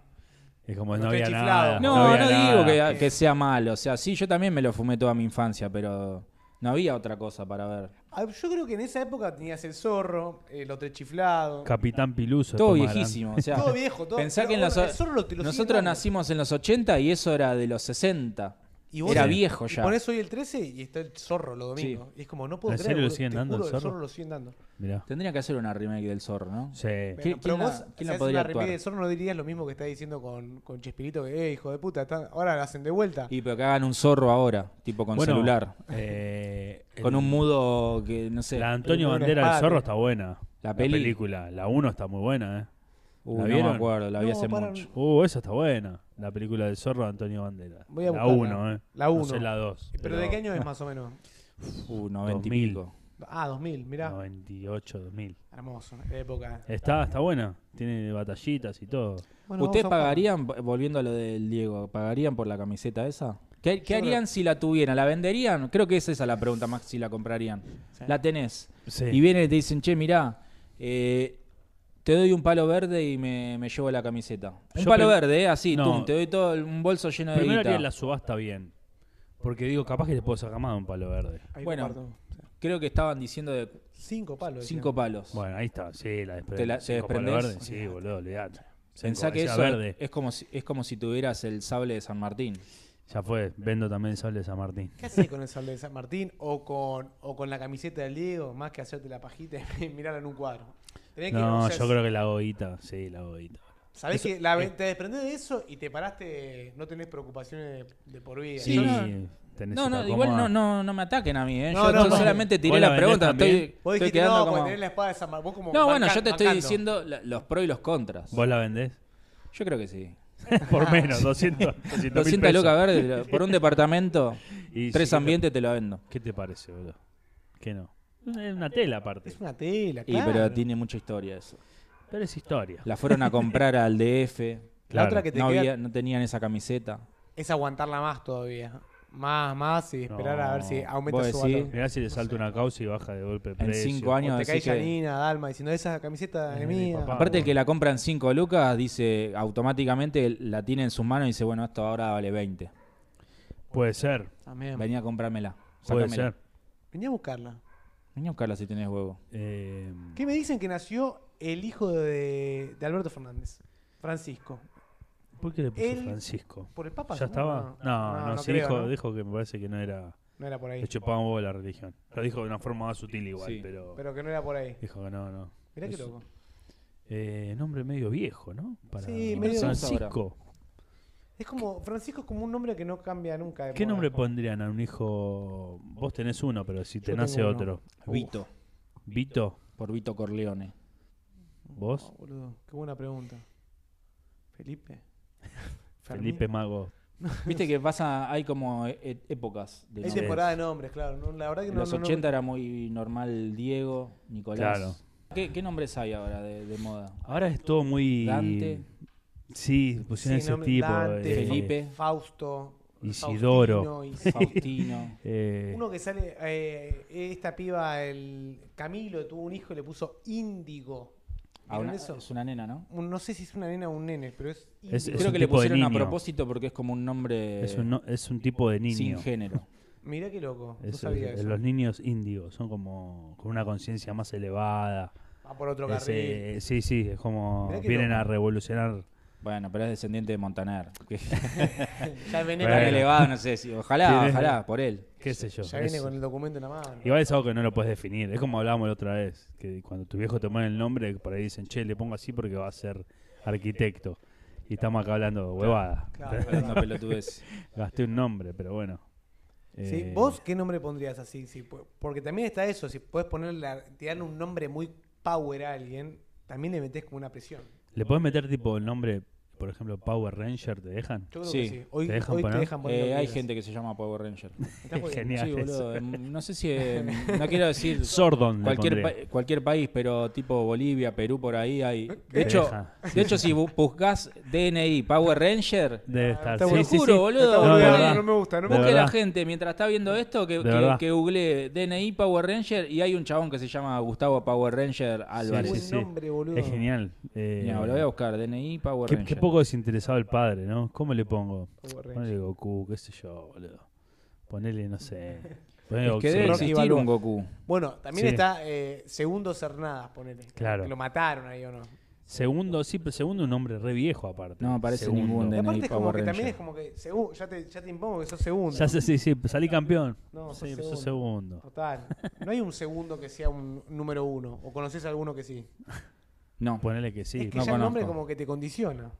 Speaker 3: Es como
Speaker 1: No
Speaker 3: no
Speaker 1: estoy
Speaker 3: había
Speaker 1: chiflado.
Speaker 3: nada.
Speaker 2: No, no,
Speaker 3: había nada.
Speaker 2: digo que, que sea malo. O sea, sí, yo también me lo fumé toda mi infancia, pero No había otra cosa para ver.
Speaker 1: Ah, Yo creo que en esa época tenías el zorro, el otro chiflado.
Speaker 3: Capitán Piluso.
Speaker 2: Todo
Speaker 3: después más
Speaker 2: viejísimo. O sea,
Speaker 1: Todo viejo, todo-
Speaker 2: Pensá
Speaker 1: pero
Speaker 2: que en
Speaker 1: bueno,
Speaker 2: los-
Speaker 1: el zorro lo- te lo siguen
Speaker 2: nosotros
Speaker 1: dando.
Speaker 2: nacimos en los 80 y eso era de los 60.
Speaker 1: Y vos-
Speaker 2: era
Speaker 1: Sí.
Speaker 2: viejo ya.
Speaker 1: Y ponés hoy el 13 y está el zorro los domingos. Y es como, no puedo
Speaker 3: ¿En
Speaker 1: creer.
Speaker 3: serio lo
Speaker 1: boludo,
Speaker 3: siguen
Speaker 1: te
Speaker 3: dando el
Speaker 1: juro,
Speaker 3: zorro?
Speaker 1: lo siguen dando.
Speaker 3: grande. Mirá.
Speaker 2: Tendría que hacer una remake del zorro, ¿no?
Speaker 3: Sí.
Speaker 2: ¿Qué-
Speaker 1: Bueno, pero
Speaker 2: quién la-
Speaker 1: vos,
Speaker 2: quién
Speaker 1: si
Speaker 2: la
Speaker 1: haces
Speaker 2: podría
Speaker 1: una remake
Speaker 2: actuar?
Speaker 1: del zorro, no dirías lo mismo que está diciendo con, con Chespirito, que, eh, hijo de puta, están- ahora la hacen de vuelta.
Speaker 2: Y pero que hagan un zorro ahora, tipo con
Speaker 3: Bueno,
Speaker 2: celular.
Speaker 3: eh,
Speaker 2: Con
Speaker 3: el-
Speaker 2: un mudo que, no sé.
Speaker 3: La
Speaker 2: La,
Speaker 3: Antonio
Speaker 1: Una
Speaker 3: Bandera del
Speaker 1: espada,
Speaker 3: Zorro
Speaker 1: tío.
Speaker 3: está buena.
Speaker 2: La
Speaker 3: La
Speaker 2: peli. Uh,
Speaker 3: película. La 1 está muy buena, ¿eh? ¿la
Speaker 2: no
Speaker 3: vieron?
Speaker 2: me acuerdo, la vi
Speaker 1: No,
Speaker 2: hace
Speaker 1: para-
Speaker 2: mucho.
Speaker 3: Uh, esa está buena. La película del Zorro de Antonio Bandera.
Speaker 1: Voy a
Speaker 3: la
Speaker 1: buscarla.
Speaker 3: 1, ¿eh?
Speaker 1: La
Speaker 3: No
Speaker 1: uno.
Speaker 3: sé la 2.
Speaker 1: ¿Pero de qué año es más o menos?
Speaker 2: Uh, 90 y
Speaker 3: 2000.
Speaker 2: pico.
Speaker 1: Ah, 2000, mirá.
Speaker 3: eh. 98, 2000.
Speaker 1: Hermoso, época.
Speaker 3: Está, está buena. Tiene batallitas y todo.
Speaker 1: Bueno,
Speaker 2: ¿Ustedes
Speaker 1: vamos a-
Speaker 2: pagarían, volviendo a lo del Diego, pagarían por la camiseta esa? ¿Qué, qué
Speaker 1: Yo
Speaker 2: harían
Speaker 1: creo-
Speaker 2: si la tuvieran? ¿La venderían? Creo que es esa la pregunta, Max, si la comprarían.
Speaker 1: Sí.
Speaker 2: La tenés.
Speaker 3: Sí.
Speaker 2: Y vienen y te dicen, che, mirá, eh, te doy un palo verde y me, me llevo la camiseta. Un
Speaker 3: Yo
Speaker 2: palo
Speaker 3: prim-
Speaker 2: verde, ¿eh? así,
Speaker 3: No.
Speaker 2: tum, te doy todo el- un bolso lleno de
Speaker 3: Primero
Speaker 2: guita.
Speaker 3: haría la subasta bien. Porque digo, capaz que les puedo sacar más de un palo verde.
Speaker 1: Ahí
Speaker 2: Bueno.
Speaker 1: comparto.
Speaker 2: Creo que estaban diciendo de
Speaker 1: Cinco palos.
Speaker 2: cinco
Speaker 1: decían.
Speaker 2: palos.
Speaker 3: Bueno, ahí está. Sí, la desprendes.
Speaker 2: ¿Te la- te desprendés?
Speaker 3: verde. Sí, boludo, olvidate.
Speaker 2: Pensá
Speaker 3: Cinco,
Speaker 2: que
Speaker 3: esa
Speaker 2: eso
Speaker 3: verde.
Speaker 2: es como, si, es como si tuvieras el sable de San Martín.
Speaker 3: Ya fue. Vendo también el sable de San Martín.
Speaker 1: ¿Qué haces con el sable de San Martín o con, o con la camiseta del Diego? Más que hacerte la pajita y mirarla en un cuadro. Tenés que,
Speaker 3: No,
Speaker 1: o sea,
Speaker 3: yo creo que la boita. Sí, la boita.
Speaker 1: Sabés que la- te desprendés de eso y te paraste, no tenés preocupaciones de, de por vida.
Speaker 3: Sí,
Speaker 1: Yo no-
Speaker 3: tenés
Speaker 2: No,
Speaker 3: esa
Speaker 2: no, igual no,
Speaker 3: cómoda.
Speaker 2: no, no me ataquen a mí, ¿eh?
Speaker 1: No,
Speaker 2: yo
Speaker 1: no,
Speaker 2: yo
Speaker 1: no.
Speaker 2: solamente tiré
Speaker 3: ¿Vos la
Speaker 2: la pregunta.
Speaker 3: vendés también?
Speaker 2: Estoy,
Speaker 1: Vos
Speaker 2: estoy
Speaker 1: dijiste,
Speaker 2: quedando
Speaker 1: no,
Speaker 2: como...
Speaker 1: porque tenés la espada de San Martín. Vos como
Speaker 2: No, bueno,
Speaker 1: banca-
Speaker 2: yo te estoy
Speaker 1: bancando.
Speaker 2: diciendo la- los pros y los contras.
Speaker 3: ¿Vos la vendés?
Speaker 2: Yo creo que sí. Ah,
Speaker 3: Por menos, 200. 200 mil
Speaker 2: 200
Speaker 3: pesos.
Speaker 2: loca verde lo- por un departamento,
Speaker 3: Y
Speaker 2: tres
Speaker 3: sí,
Speaker 2: ambientes te lo vendo.
Speaker 3: ¿Qué te parece, boludo? ¿Qué no? Es una tela aparte.
Speaker 1: Es una tela,
Speaker 2: Y
Speaker 1: claro.
Speaker 2: pero tiene mucha historia eso.
Speaker 3: Pero es historia.
Speaker 2: La fueron a comprar al DF.
Speaker 1: La
Speaker 3: Claro.
Speaker 1: otra que te
Speaker 2: No,
Speaker 1: queda
Speaker 2: había, no tenían esa camiseta.
Speaker 1: es aguantarla más todavía. Más, más y esperar a ver si
Speaker 3: No,
Speaker 1: aumenta
Speaker 2: vos
Speaker 1: su
Speaker 2: decís.
Speaker 1: valor.
Speaker 3: Mirá si le salta una causa y baja de golpe el
Speaker 2: En
Speaker 3: precio.
Speaker 2: cinco años
Speaker 1: O te cae
Speaker 2: decís que...
Speaker 1: Janina, Dalma, diciendo esa camiseta
Speaker 3: Eh,
Speaker 1: es
Speaker 3: mi
Speaker 1: mía.
Speaker 3: papá.
Speaker 2: Aparte el
Speaker 3: bueno.
Speaker 2: que la compra en 5 lucas dice automáticamente la tiene en sus manos y dice, bueno, esto ahora vale 20.
Speaker 3: Puede ser,
Speaker 1: También.
Speaker 2: Venía a comprármela.
Speaker 3: puede
Speaker 2: Sácamela.
Speaker 3: ser.
Speaker 1: Venía a buscarla.
Speaker 2: Venía a buscarla si tenés huevo.
Speaker 3: Eh,
Speaker 1: ¿Qué me dicen que nació el hijo de, de Alberto Fernández? Francisco.
Speaker 3: ¿Por qué le puso
Speaker 1: Él-
Speaker 3: Francisco?
Speaker 1: ¿Por el Papa?
Speaker 3: ¿Ya estaba?
Speaker 1: supongo?
Speaker 3: No, no, sí,
Speaker 1: creo,
Speaker 3: dijo,
Speaker 1: ¿no?
Speaker 3: dijo que me parece que no era...
Speaker 1: No era por ahí.
Speaker 3: Le chupaban huevo la religión. Lo dijo de una forma más sutil igual,
Speaker 2: Sí,
Speaker 3: pero...
Speaker 1: Pero que no era por ahí.
Speaker 3: Dijo que no, no.
Speaker 1: Mirá qué
Speaker 3: Eso-
Speaker 1: loco.
Speaker 3: Eh, nombre medio viejo, ¿no? Para
Speaker 1: Sí, medio-
Speaker 3: Francisco.
Speaker 1: Es como, Francisco es como un nombre que no cambia nunca. de
Speaker 3: ¿Qué
Speaker 1: moda.
Speaker 3: nombre pondrían a un hijo? Vos tenés uno, pero si te
Speaker 1: Yo
Speaker 3: nace
Speaker 1: tengo uno.
Speaker 3: otro.
Speaker 2: Vito.
Speaker 3: Vito,
Speaker 2: Por Vito Corleone.
Speaker 1: No,
Speaker 3: vos,
Speaker 1: boludo, qué buena pregunta. Felipe. Fermín.
Speaker 3: Felipe Mago.
Speaker 2: Viste que pasa, hay como e- e- épocas de
Speaker 1: Hay
Speaker 2: nombres.
Speaker 1: temporada de nombres, claro. no, la verdad que
Speaker 2: En
Speaker 1: no,
Speaker 2: los
Speaker 1: no, no-
Speaker 2: 80 era muy normal Diego, Nicolás.
Speaker 3: Claro.
Speaker 2: ¿Qué, qué nombres hay ahora de, de moda?
Speaker 3: Ahora es todo muy...
Speaker 2: Dante,
Speaker 3: Sí, pusieron
Speaker 1: Sí,
Speaker 3: ese
Speaker 1: nombre-
Speaker 3: tipo.
Speaker 1: Dante,
Speaker 3: eh,
Speaker 2: Felipe.
Speaker 1: Fausto.
Speaker 3: Isidoro.
Speaker 1: Faustino, Is-
Speaker 2: Faustino.
Speaker 3: eh,
Speaker 1: Uno que sale, eh, esta piba, el Camilo, tuvo un hijo y le puso Índigo.
Speaker 2: A
Speaker 1: ¿Vieron
Speaker 2: Ah, una-
Speaker 1: eso?
Speaker 2: es una nena, ¿no?
Speaker 1: Un- No sé si es una nena o un nene, pero es.
Speaker 3: Es-
Speaker 1: Índigo.
Speaker 2: Creo
Speaker 3: un
Speaker 2: que le
Speaker 3: tipo de
Speaker 2: pusieron a
Speaker 3: niño.
Speaker 2: propósito porque es como un nombre
Speaker 3: es, un, no- es un tipo de
Speaker 2: sin
Speaker 3: niño.
Speaker 2: género.
Speaker 1: Mirá qué loco. No
Speaker 3: Es-
Speaker 1: sabía
Speaker 3: es-
Speaker 1: eso.
Speaker 3: Los niños índigos son como con una conciencia más elevada.
Speaker 1: Va por otro
Speaker 3: Es,
Speaker 1: carril.
Speaker 3: eh, sí, sí, es como
Speaker 1: Mirá qué
Speaker 3: vienen
Speaker 1: loco.
Speaker 3: a revolucionar.
Speaker 2: Bueno, pero es descendiente de Montaner. Que está
Speaker 1: ya viene,
Speaker 3: Bueno.
Speaker 2: tan elevado, no sé si. Ojalá,
Speaker 3: Tiene-
Speaker 2: ojalá, por él.
Speaker 3: ¿Qué sé yo?
Speaker 1: con, ya viene
Speaker 3: es-
Speaker 1: con el documento en la mano.
Speaker 3: Igual es algo que no lo puedes definir. Es como hablábamos la otra vez. Que cuando tu viejo te pone el nombre, por ahí dicen, che, le pongo así porque va a ser arquitecto. Y estamos acá hablando huevada.
Speaker 1: Claro, es
Speaker 2: Hablando
Speaker 1: verdad.
Speaker 2: pelotudez.
Speaker 3: Gasté un nombre, pero bueno.
Speaker 1: Sí,
Speaker 3: Eh,
Speaker 1: ¿Vos qué nombre pondrías así? Sí, po- porque también está eso, si puedes ponerle, tirarle un nombre muy power a alguien, también le metes como una presión.
Speaker 3: ¿Le podés meter tipo el nombre, por ejemplo, Power Ranger? ¿Te dejan?
Speaker 1: Yo creo
Speaker 2: Sí.
Speaker 1: que sí. Hoy hoy te
Speaker 3: ¿Te dejan poner?
Speaker 1: dejan poner. lo
Speaker 2: Eh,
Speaker 1: que
Speaker 2: hay
Speaker 1: quieras.
Speaker 2: gente que se llama Power Ranger.
Speaker 1: Está jodido.
Speaker 3: Genial.
Speaker 2: Sí,
Speaker 3: eso.
Speaker 2: boludo. em, No sé si. em, No quiero decir.
Speaker 3: Sordon. le
Speaker 2: Cualquier,
Speaker 3: pondría.
Speaker 2: pa- cualquier país, pero tipo Bolivia, Perú, por ahí hay.
Speaker 1: ¿Qué?
Speaker 2: De hecho,
Speaker 3: Deja.
Speaker 2: de hecho si bu- buscas DNI Power Ranger,
Speaker 3: Debe estar.
Speaker 1: Te
Speaker 3: sí,
Speaker 2: lo
Speaker 3: sí,
Speaker 2: juro,
Speaker 3: sí.
Speaker 2: boludo.
Speaker 1: Está eh.
Speaker 3: No,
Speaker 1: boludeando,
Speaker 3: de verdad.
Speaker 1: no me gusta, no me
Speaker 3: De
Speaker 2: busque
Speaker 1: gusta.
Speaker 2: la
Speaker 3: verdad.
Speaker 2: gente mientras está viendo esto que,
Speaker 3: De
Speaker 2: que,
Speaker 3: verdad.
Speaker 2: que googlee DNI Power Ranger y hay un chabón que se llama Gustavo Power Ranger Álvarez.
Speaker 1: Buen
Speaker 3: sí.
Speaker 1: nombre, boludo.
Speaker 3: Es genial. Eh,
Speaker 2: No, lo voy a buscar, DNI Power
Speaker 3: qué,
Speaker 2: Ranger.
Speaker 3: qué poco desinteresado el padre, ¿no? ¿Cómo le pongo?
Speaker 1: Power Ranger.
Speaker 3: Ponele Goku, qué sé yo, boludo. Ponele, no sé. Bueno,
Speaker 2: Es que debe
Speaker 1: Rocky
Speaker 3: sí.
Speaker 2: existir
Speaker 1: Balboa.
Speaker 2: un Goku.
Speaker 1: Bueno, también
Speaker 3: Sí.
Speaker 1: está eh, Segundo Cernadas, ponele.
Speaker 3: Claro.
Speaker 1: Que lo mataron ahí o no.
Speaker 3: Segundo, sí, pero segundo un hombre re viejo aparte.
Speaker 2: No aparece
Speaker 3: Segundo.
Speaker 2: ningún
Speaker 1: Y
Speaker 2: de-
Speaker 1: aparte
Speaker 2: DNI
Speaker 1: es como
Speaker 2: Power
Speaker 1: que también
Speaker 2: Ranger.
Speaker 1: es como que segu- ya, te, ya te impongo que sos segundo.
Speaker 3: Ya sé, sí, sí, salí campeón.
Speaker 1: No, sos
Speaker 3: sí,
Speaker 1: segundo.
Speaker 3: sos segundo.
Speaker 1: Total. No hay un segundo que sea un número uno. O conoces alguno que sí.
Speaker 2: No.
Speaker 3: Ponele que sí.
Speaker 1: es que
Speaker 2: no
Speaker 1: ya el nombre
Speaker 2: conozco.
Speaker 1: como que te condiciona.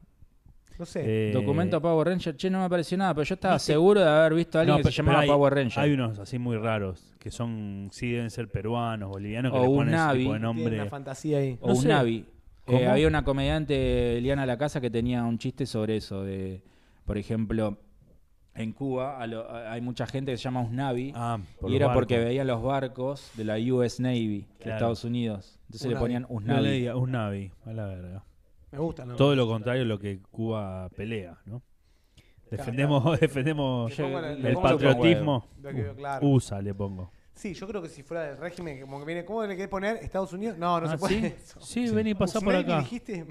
Speaker 1: No sé.
Speaker 3: Eh,
Speaker 2: Documento Power Ranger. Che, no me apareció nada, pero yo estaba
Speaker 3: ¿Viste?
Speaker 2: seguro de haber visto a alguien
Speaker 3: no,
Speaker 2: que
Speaker 3: pero-
Speaker 2: se llamaba
Speaker 3: pero hay-
Speaker 2: Power Ranger.
Speaker 3: Hay unos así muy raros, que son, sí deben ser peruanos, bolivianos, que
Speaker 2: O
Speaker 3: le
Speaker 2: un
Speaker 3: ponen ese
Speaker 2: Navi.
Speaker 3: tipo de
Speaker 1: Tiene una
Speaker 3: nombre. Oh.
Speaker 1: fantasía ahí.
Speaker 2: O
Speaker 3: No
Speaker 2: un
Speaker 3: sé.
Speaker 2: Navi. Eh,
Speaker 3: ¿Cómo?
Speaker 2: había una comediante, Eliana La Casa, que tenía un chiste sobre eso. De, por ejemplo, en Cuba a lo- a- hay mucha gente que se llama Usnavi.
Speaker 3: Ah, por
Speaker 2: y
Speaker 3: los
Speaker 2: era
Speaker 3: barcos.
Speaker 2: porque veían los barcos de la US Navy de
Speaker 3: Claro.
Speaker 2: Estados Unidos. Entonces le
Speaker 1: Usnavi.
Speaker 2: ponían
Speaker 3: No le
Speaker 2: Usnavi.
Speaker 3: diga, un Navi, a la verga.
Speaker 1: Me gusta, ¿no?
Speaker 3: Todo lo contrario a lo que Cuba pelea, ¿no? Defendemos, defendemos
Speaker 1: Le pongo la- le
Speaker 3: Eh, el
Speaker 1: pongo la-
Speaker 3: patriotismo.
Speaker 1: Lo que veo, claro.
Speaker 3: USA le pongo.
Speaker 1: Sí, yo creo que si fuera del régimen, como que viene. ¿Cómo le querés poner? ¿Estados Unidos? No, no
Speaker 3: Ah,
Speaker 1: se puede.
Speaker 3: ¿sí?
Speaker 1: eso. Uh,
Speaker 3: sí, ven y pasá por
Speaker 1: Usnavi,
Speaker 3: acá.
Speaker 1: dijiste?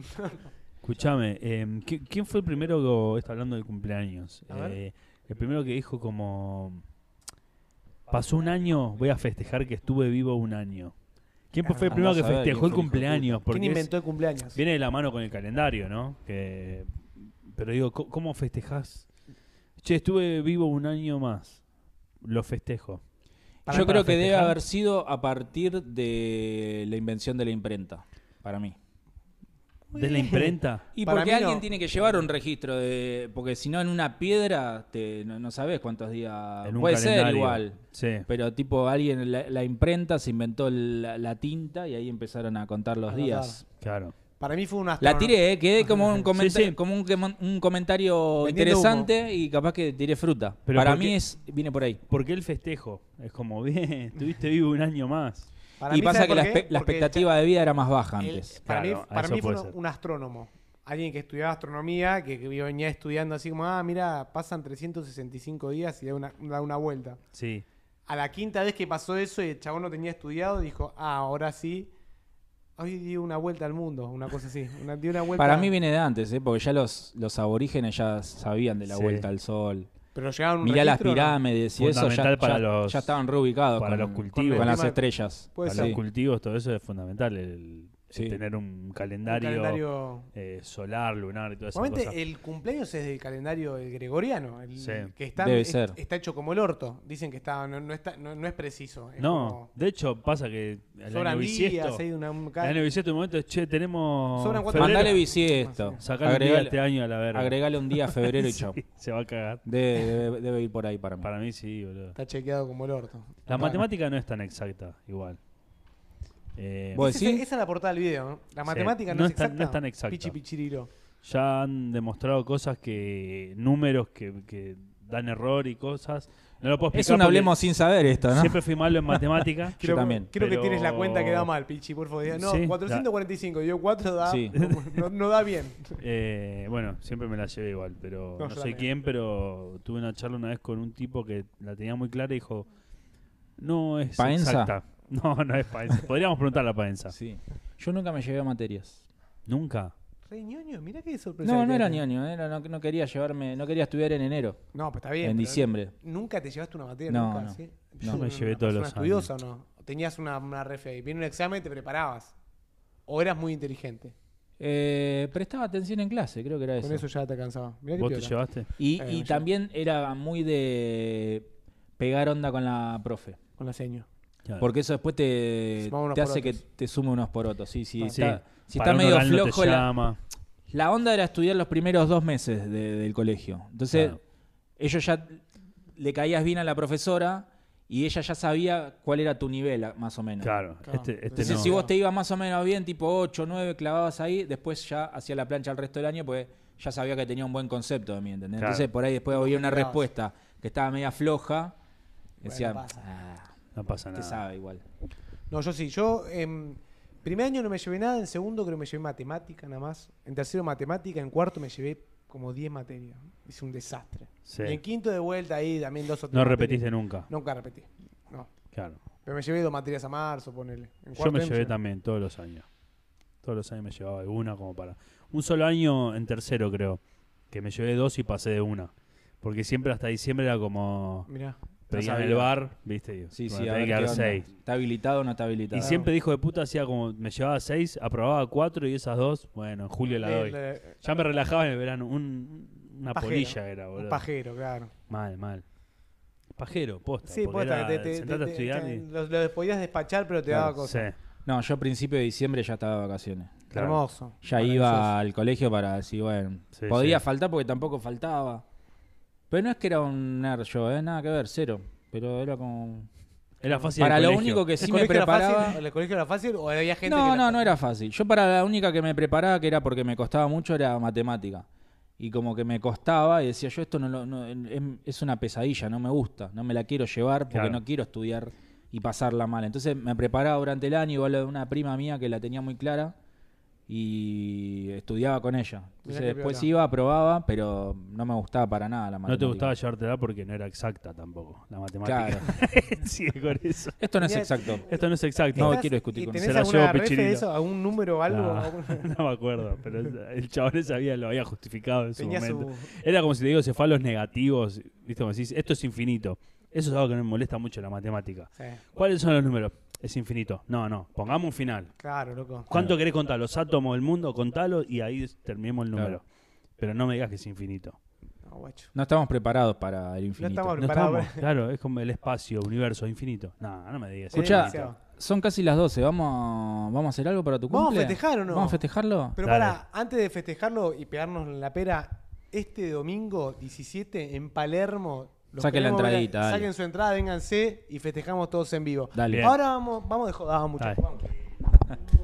Speaker 3: Escuchame, eh, ¿qui- ¿quién fue el primero que está hablando de cumpleaños?
Speaker 1: A ver.
Speaker 3: Eh, el primero que dijo como pasó un año, voy a festejar que estuve vivo un año. ¿Quién fue
Speaker 1: Ah,
Speaker 3: el primero
Speaker 2: andá
Speaker 3: que
Speaker 2: a saber quién
Speaker 3: festejó el
Speaker 2: fue el hijo de
Speaker 3: cumpleaños? Porque
Speaker 1: ¿Quién
Speaker 3: es-
Speaker 1: inventó el cumpleaños?
Speaker 3: viene de la mano con el calendario, ¿no? Que- pero digo, co- ¿cómo festejás? Che, estuve vivo un año más. Lo festejo.
Speaker 1: Para-
Speaker 2: Yo
Speaker 3: para
Speaker 2: creo que debe
Speaker 3: festejar.
Speaker 2: haber sido a partir de la invención de la imprenta, para mí.
Speaker 3: ¿De la imprenta?
Speaker 2: Y
Speaker 1: Para
Speaker 2: porque
Speaker 1: mí
Speaker 2: alguien
Speaker 1: no.
Speaker 2: tiene que llevar un registro de. Porque si no, en una piedra te, no, no sabes cuántos días.
Speaker 3: En
Speaker 2: Ah,
Speaker 3: un
Speaker 2: Puede ser
Speaker 3: calendario.
Speaker 2: igual.
Speaker 3: Sí.
Speaker 2: Pero tipo, alguien, la, la imprenta se inventó la, la tinta y ahí empezaron a contar los
Speaker 1: A
Speaker 2: días.
Speaker 3: Claro.
Speaker 1: Para mí fue un
Speaker 2: La
Speaker 1: astrónomo.
Speaker 2: tiré, eh, quedé como un, comenta-
Speaker 3: Sí, sí.
Speaker 2: Como un, quemon- un comentario
Speaker 1: Vendiendo
Speaker 2: interesante y capaz que tiré fruta.
Speaker 3: Pero
Speaker 2: Para
Speaker 3: ¿por
Speaker 2: mí
Speaker 3: qué?
Speaker 2: es viene por ahí.
Speaker 3: Porque el festejo es como, bien, estuviste vivo un año más.
Speaker 1: Para
Speaker 2: y
Speaker 1: mí,
Speaker 2: pasa
Speaker 1: ¿sabes
Speaker 2: que
Speaker 1: por
Speaker 2: la,
Speaker 1: qué?
Speaker 2: espe- la
Speaker 1: Porque
Speaker 2: expectativa de vida era más baja
Speaker 1: el-
Speaker 2: antes.
Speaker 1: para
Speaker 3: Claro,
Speaker 1: mí,
Speaker 3: a
Speaker 1: para
Speaker 3: eso
Speaker 1: mí fue
Speaker 3: puede
Speaker 1: un-
Speaker 3: ser.
Speaker 1: un astrónomo. Alguien que estudiaba astronomía, que, que venía estudiando así como, ah, mira, pasan 365 días y da una, da una vuelta.
Speaker 3: Sí.
Speaker 1: A la quinta vez que pasó eso y el chabón no tenía estudiado, dijo, ah, ahora sí, hoy di una vuelta al mundo, una cosa así. Una, di una vuelta,
Speaker 2: Para mí viene de antes, eh, porque ya los, los aborígenes ya sabían de la
Speaker 3: Sí.
Speaker 2: vuelta al sol.
Speaker 1: Pero llegaron a un
Speaker 2: Mirá las
Speaker 1: registro, ¿no?
Speaker 2: pirámides y eso ya,
Speaker 3: Fundamental para
Speaker 2: ya-
Speaker 3: los-
Speaker 2: ya estaban reubicados
Speaker 3: para
Speaker 2: con,
Speaker 3: los cultivos.
Speaker 2: con las
Speaker 1: Encima-
Speaker 2: estrellas.
Speaker 1: Puede
Speaker 3: Para
Speaker 1: ser.
Speaker 2: Sí.
Speaker 3: los cultivos, todo eso es fundamental. El, el
Speaker 2: Sí.
Speaker 3: tener un
Speaker 1: Un
Speaker 3: calendario,
Speaker 1: calendario-
Speaker 3: eh, solar, lunar y todas esas
Speaker 1: Normalmente
Speaker 3: cosas.
Speaker 1: el cumpleaños es del calendario el gregoriano, el
Speaker 3: Sí.
Speaker 1: que está,
Speaker 2: Debe
Speaker 1: es-
Speaker 2: ser.
Speaker 1: está hecho como el orto. Dicen que está, no, no está, no, no es preciso. es
Speaker 3: No,
Speaker 1: como-
Speaker 3: de hecho pasa que el año
Speaker 1: sobran días,
Speaker 3: bisiesto,
Speaker 1: hay una, un
Speaker 3: el
Speaker 1: cal-
Speaker 3: año bisiesto en un momento es, che, tenemos
Speaker 1: Sobran cuatro-
Speaker 3: febrero,
Speaker 2: Mandale bisiesto.
Speaker 3: sacale un día
Speaker 2: Agregale,
Speaker 3: este año a la verga.
Speaker 2: agregale un día a febrero y chau.
Speaker 3: Sí, se va a cagar.
Speaker 2: Debe, debe- debe ir por ahí para mí.
Speaker 3: Para mí sí, boludo.
Speaker 1: Está chequeado como el orto.
Speaker 3: La matemática no es tan exacta, igual. Eh,
Speaker 2: Vos-
Speaker 1: Esa-
Speaker 2: decís?
Speaker 1: Esa es la portada del video. ¿no? La
Speaker 3: Sí.
Speaker 1: matemática no,
Speaker 3: No
Speaker 1: es
Speaker 3: es tan-
Speaker 1: exacta.
Speaker 3: no es tan exacta.
Speaker 1: Pichi pichirilo.
Speaker 3: ya han demostrado cosas que. números que, que dan error y cosas. No lo puedo explicar.
Speaker 2: Es un
Speaker 3: porque
Speaker 2: hablemos sin saber esto, ¿no?
Speaker 3: Siempre fui malo en matemática.
Speaker 2: Yo también.
Speaker 1: Creo
Speaker 3: pero-
Speaker 1: que tienes la cuenta que da mal, Pichi, por favor. No,
Speaker 3: Sí, la-
Speaker 1: 445. Yo 4 da.
Speaker 2: Sí.
Speaker 1: No, no da bien.
Speaker 3: Eh, bueno, siempre me la llevé igual, pero
Speaker 1: No,
Speaker 3: no,
Speaker 1: yo
Speaker 3: sé
Speaker 1: también.
Speaker 3: quién, pero tuve una charla una vez con un tipo que la tenía muy clara y dijo, no es
Speaker 2: ¿Paenza?
Speaker 3: exacta. No, no es Paenza. Podríamos preguntar a Paenza.
Speaker 2: Sí. Yo nunca me llevé a materias.
Speaker 3: Nunca.
Speaker 1: Re ñoño, mirá qué sorpresa.
Speaker 2: No,
Speaker 1: que
Speaker 2: no
Speaker 1: te
Speaker 2: era
Speaker 1: tenés.
Speaker 2: ñoño, era- no, no quería llevarme, no quería estudiar en enero,
Speaker 1: No, pero está bien.
Speaker 2: en
Speaker 1: pero
Speaker 2: diciembre.
Speaker 1: Nunca te llevaste una materia,
Speaker 2: No,
Speaker 1: nunca,
Speaker 2: no.
Speaker 1: ¿sí?
Speaker 2: No.
Speaker 1: ¿Sos
Speaker 3: me
Speaker 1: una
Speaker 3: llevé todos los
Speaker 1: persona
Speaker 3: años.
Speaker 1: estudiosa o no? ¿O Tenías una, una refe ahí. Vino un examen y te preparabas. O eras muy inteligente.
Speaker 2: Eh, prestaba atención en clase, creo que era eso.
Speaker 1: Con eso ya te cansaba. Mirá qué
Speaker 3: ¿Vos te
Speaker 1: piola.
Speaker 3: llevaste?
Speaker 2: Y,
Speaker 1: Eh,
Speaker 2: y
Speaker 1: yo-
Speaker 2: también era muy de pegar onda con la profe.
Speaker 1: Con la seña.
Speaker 3: Claro.
Speaker 2: Porque eso después te,
Speaker 1: Sumaba unos
Speaker 2: te hace que
Speaker 1: porotos.
Speaker 2: te sume unos porotos. Sí, sí,
Speaker 3: Sí.
Speaker 2: está- si está
Speaker 3: Para un
Speaker 2: medio
Speaker 3: oral no te
Speaker 2: flojo, la,
Speaker 3: llama.
Speaker 2: la onda era estudiar los primeros dos meses de- del colegio. Entonces,
Speaker 3: Claro.
Speaker 2: ellos ya le caías bien a la profesora y ella ya sabía cuál era tu nivel, a- más o menos.
Speaker 3: Claro,
Speaker 1: Claro.
Speaker 3: este, este
Speaker 2: Entonces,
Speaker 3: no.
Speaker 2: si vos te ibas más o menos bien, tipo 8, 9, clavabas ahí, después ya hacía la plancha el resto del año, pues ya sabía que tenía un buen concepto de mí, ¿entendés?
Speaker 3: Claro.
Speaker 2: Entonces, por ahí después había una
Speaker 1: generabas.
Speaker 2: respuesta que estaba media floja. Decía,
Speaker 1: pasa.
Speaker 2: "Ah,
Speaker 3: no pasa
Speaker 2: te
Speaker 3: nada.
Speaker 2: sabe igual.
Speaker 1: No, yo sí. Yo en primer año no me llevé nada, en segundo creo que me llevé matemática nada más. En tercero matemática, en cuarto me llevé como 10 materias. Hice un desastre.
Speaker 3: Sí.
Speaker 1: Y en quinto de vuelta ahí también dos o tres.
Speaker 3: No
Speaker 1: materias.
Speaker 3: repetiste nunca.
Speaker 1: Nunca repetí. No.
Speaker 3: Claro.
Speaker 1: Pero me llevé dos materias a marzo, ponele. En
Speaker 3: Yo
Speaker 1: cuarto
Speaker 3: me
Speaker 1: año
Speaker 3: llevé también todos los años. Todos los años me llevaba alguna como para. Un solo año en tercero, creo. Que me llevé dos y pasé de una. Porque siempre hasta diciembre era como.
Speaker 1: Mirá.
Speaker 3: pedían
Speaker 2: sabía.
Speaker 3: el bar, viste. Digo,
Speaker 2: Sí, sí,
Speaker 3: bueno,
Speaker 2: a
Speaker 3: tenés
Speaker 2: ver
Speaker 3: que
Speaker 2: qué
Speaker 3: dar
Speaker 2: onda.
Speaker 3: seis.
Speaker 2: ¿Está habilitado o no está
Speaker 3: Y
Speaker 2: habilitado?
Speaker 3: siempre dijo de puta, hacía como, me llevaba seis, aprobaba cuatro y esas dos, bueno, en julio la doy.
Speaker 1: El, eh,
Speaker 3: Ya me relajaba en el verano, un- una
Speaker 1: Pajero.
Speaker 3: polilla era,
Speaker 1: un
Speaker 3: boludo.
Speaker 1: pajero, claro.
Speaker 3: Mal, mal. Pajero, posta.
Speaker 1: Sí,
Speaker 3: porque
Speaker 1: posta,
Speaker 3: era,
Speaker 1: que te, te-
Speaker 3: sentate a
Speaker 1: te-
Speaker 3: estudiar
Speaker 1: te-
Speaker 3: y-
Speaker 1: lo, lo podías despachar, pero te
Speaker 2: Claro,
Speaker 1: daba cosas.
Speaker 3: Sí,
Speaker 2: No, yo a principio de diciembre ya estaba de vacaciones.
Speaker 3: claro.
Speaker 1: Hermoso.
Speaker 2: Ya iba al colegio para decir, bueno,
Speaker 3: Sí,
Speaker 2: podía
Speaker 3: sí.
Speaker 2: faltar porque tampoco faltaba. Pero no es que era un nerd yo, ¿eh? nada que ver, cero. Pero era como...
Speaker 3: Era fácil
Speaker 2: Para
Speaker 3: el
Speaker 2: lo
Speaker 3: colegio.
Speaker 2: único que
Speaker 1: ¿El
Speaker 2: sí me
Speaker 1: colegio era
Speaker 2: preparaba...
Speaker 1: fácil? ¿El colegio era fácil o había gente
Speaker 2: No,
Speaker 1: que
Speaker 2: no, no era fácil. Yo para la única que me preparaba, que era porque me costaba mucho, era matemática. Y como que me costaba y decía, yo esto no, lo- no- es, es una pesadilla, no me gusta, no me la quiero llevar porque
Speaker 3: Claro.
Speaker 2: no quiero estudiar y pasarla mal. Entonces me preparaba durante el año, igual a una prima mía que la tenía muy clara y estudiaba con ella.
Speaker 1: Mirá
Speaker 2: Entonces
Speaker 1: qué
Speaker 2: después
Speaker 1: piola.
Speaker 2: iba, probaba, pero no me gustaba para nada la matemática.
Speaker 3: No te gustaba llevártela porque no era exacta tampoco, la matemática.
Speaker 2: Claro.
Speaker 3: sí, con eso.
Speaker 2: Esto no es
Speaker 1: Mirá,
Speaker 2: exacto.
Speaker 3: Esto no es exacto.
Speaker 2: No,
Speaker 1: ¿Estás-
Speaker 2: quiero discutir
Speaker 1: y
Speaker 2: con-
Speaker 1: ¿Tenés
Speaker 3: se la
Speaker 1: alguna
Speaker 3: llevo
Speaker 1: refe de
Speaker 3: Pichirilo.
Speaker 1: eso? ¿Algún número o algo? Algún-
Speaker 3: no me acuerdo, pero el chabón ese había, lo había justificado en su
Speaker 1: Tenía
Speaker 3: momento.
Speaker 1: su...
Speaker 3: Era como si te digo cefalos negativos, ¿viste? Como decís, esto es infinito. Eso es algo que me molesta mucho en la matemática.
Speaker 1: Sí,
Speaker 3: ¿Cuáles son los números? Es infinito. No, no, pongamos un final.
Speaker 1: claro, loco.
Speaker 3: ¿Cuánto querés contar? Los átomos del mundo, contalos y ahí terminemos el
Speaker 2: Claro.
Speaker 3: número. Pero no me digas que es infinito.
Speaker 1: No, guacho.
Speaker 2: No estamos preparados para el infinito.
Speaker 1: estamos
Speaker 3: No
Speaker 1: Pará,
Speaker 3: estamos. Claro, es como el espacio, universo, infinito. No, no me digas.
Speaker 1: Sí,
Speaker 2: Escuchá.
Speaker 1: demasiado.
Speaker 2: Son casi las 12. ¿Vamos a, vamos a hacer algo para tu cumple?
Speaker 1: ¿Vamos a festejar o no?
Speaker 2: ¿Vamos a festejarlo?
Speaker 1: Pero
Speaker 3: Dale.
Speaker 1: para, antes de festejarlo y pegarnos en la pera, este domingo 17 en Palermo. los
Speaker 2: Saquen la
Speaker 1: queremos ver,
Speaker 2: entradita, dale.
Speaker 1: Saquen su entrada, vénganse y festejamos todos en vivo.
Speaker 2: Dale.
Speaker 3: Bien.
Speaker 1: Ahora vamos, vamos de joda, vamos, muchachos.
Speaker 3: Dale.
Speaker 1: vamos.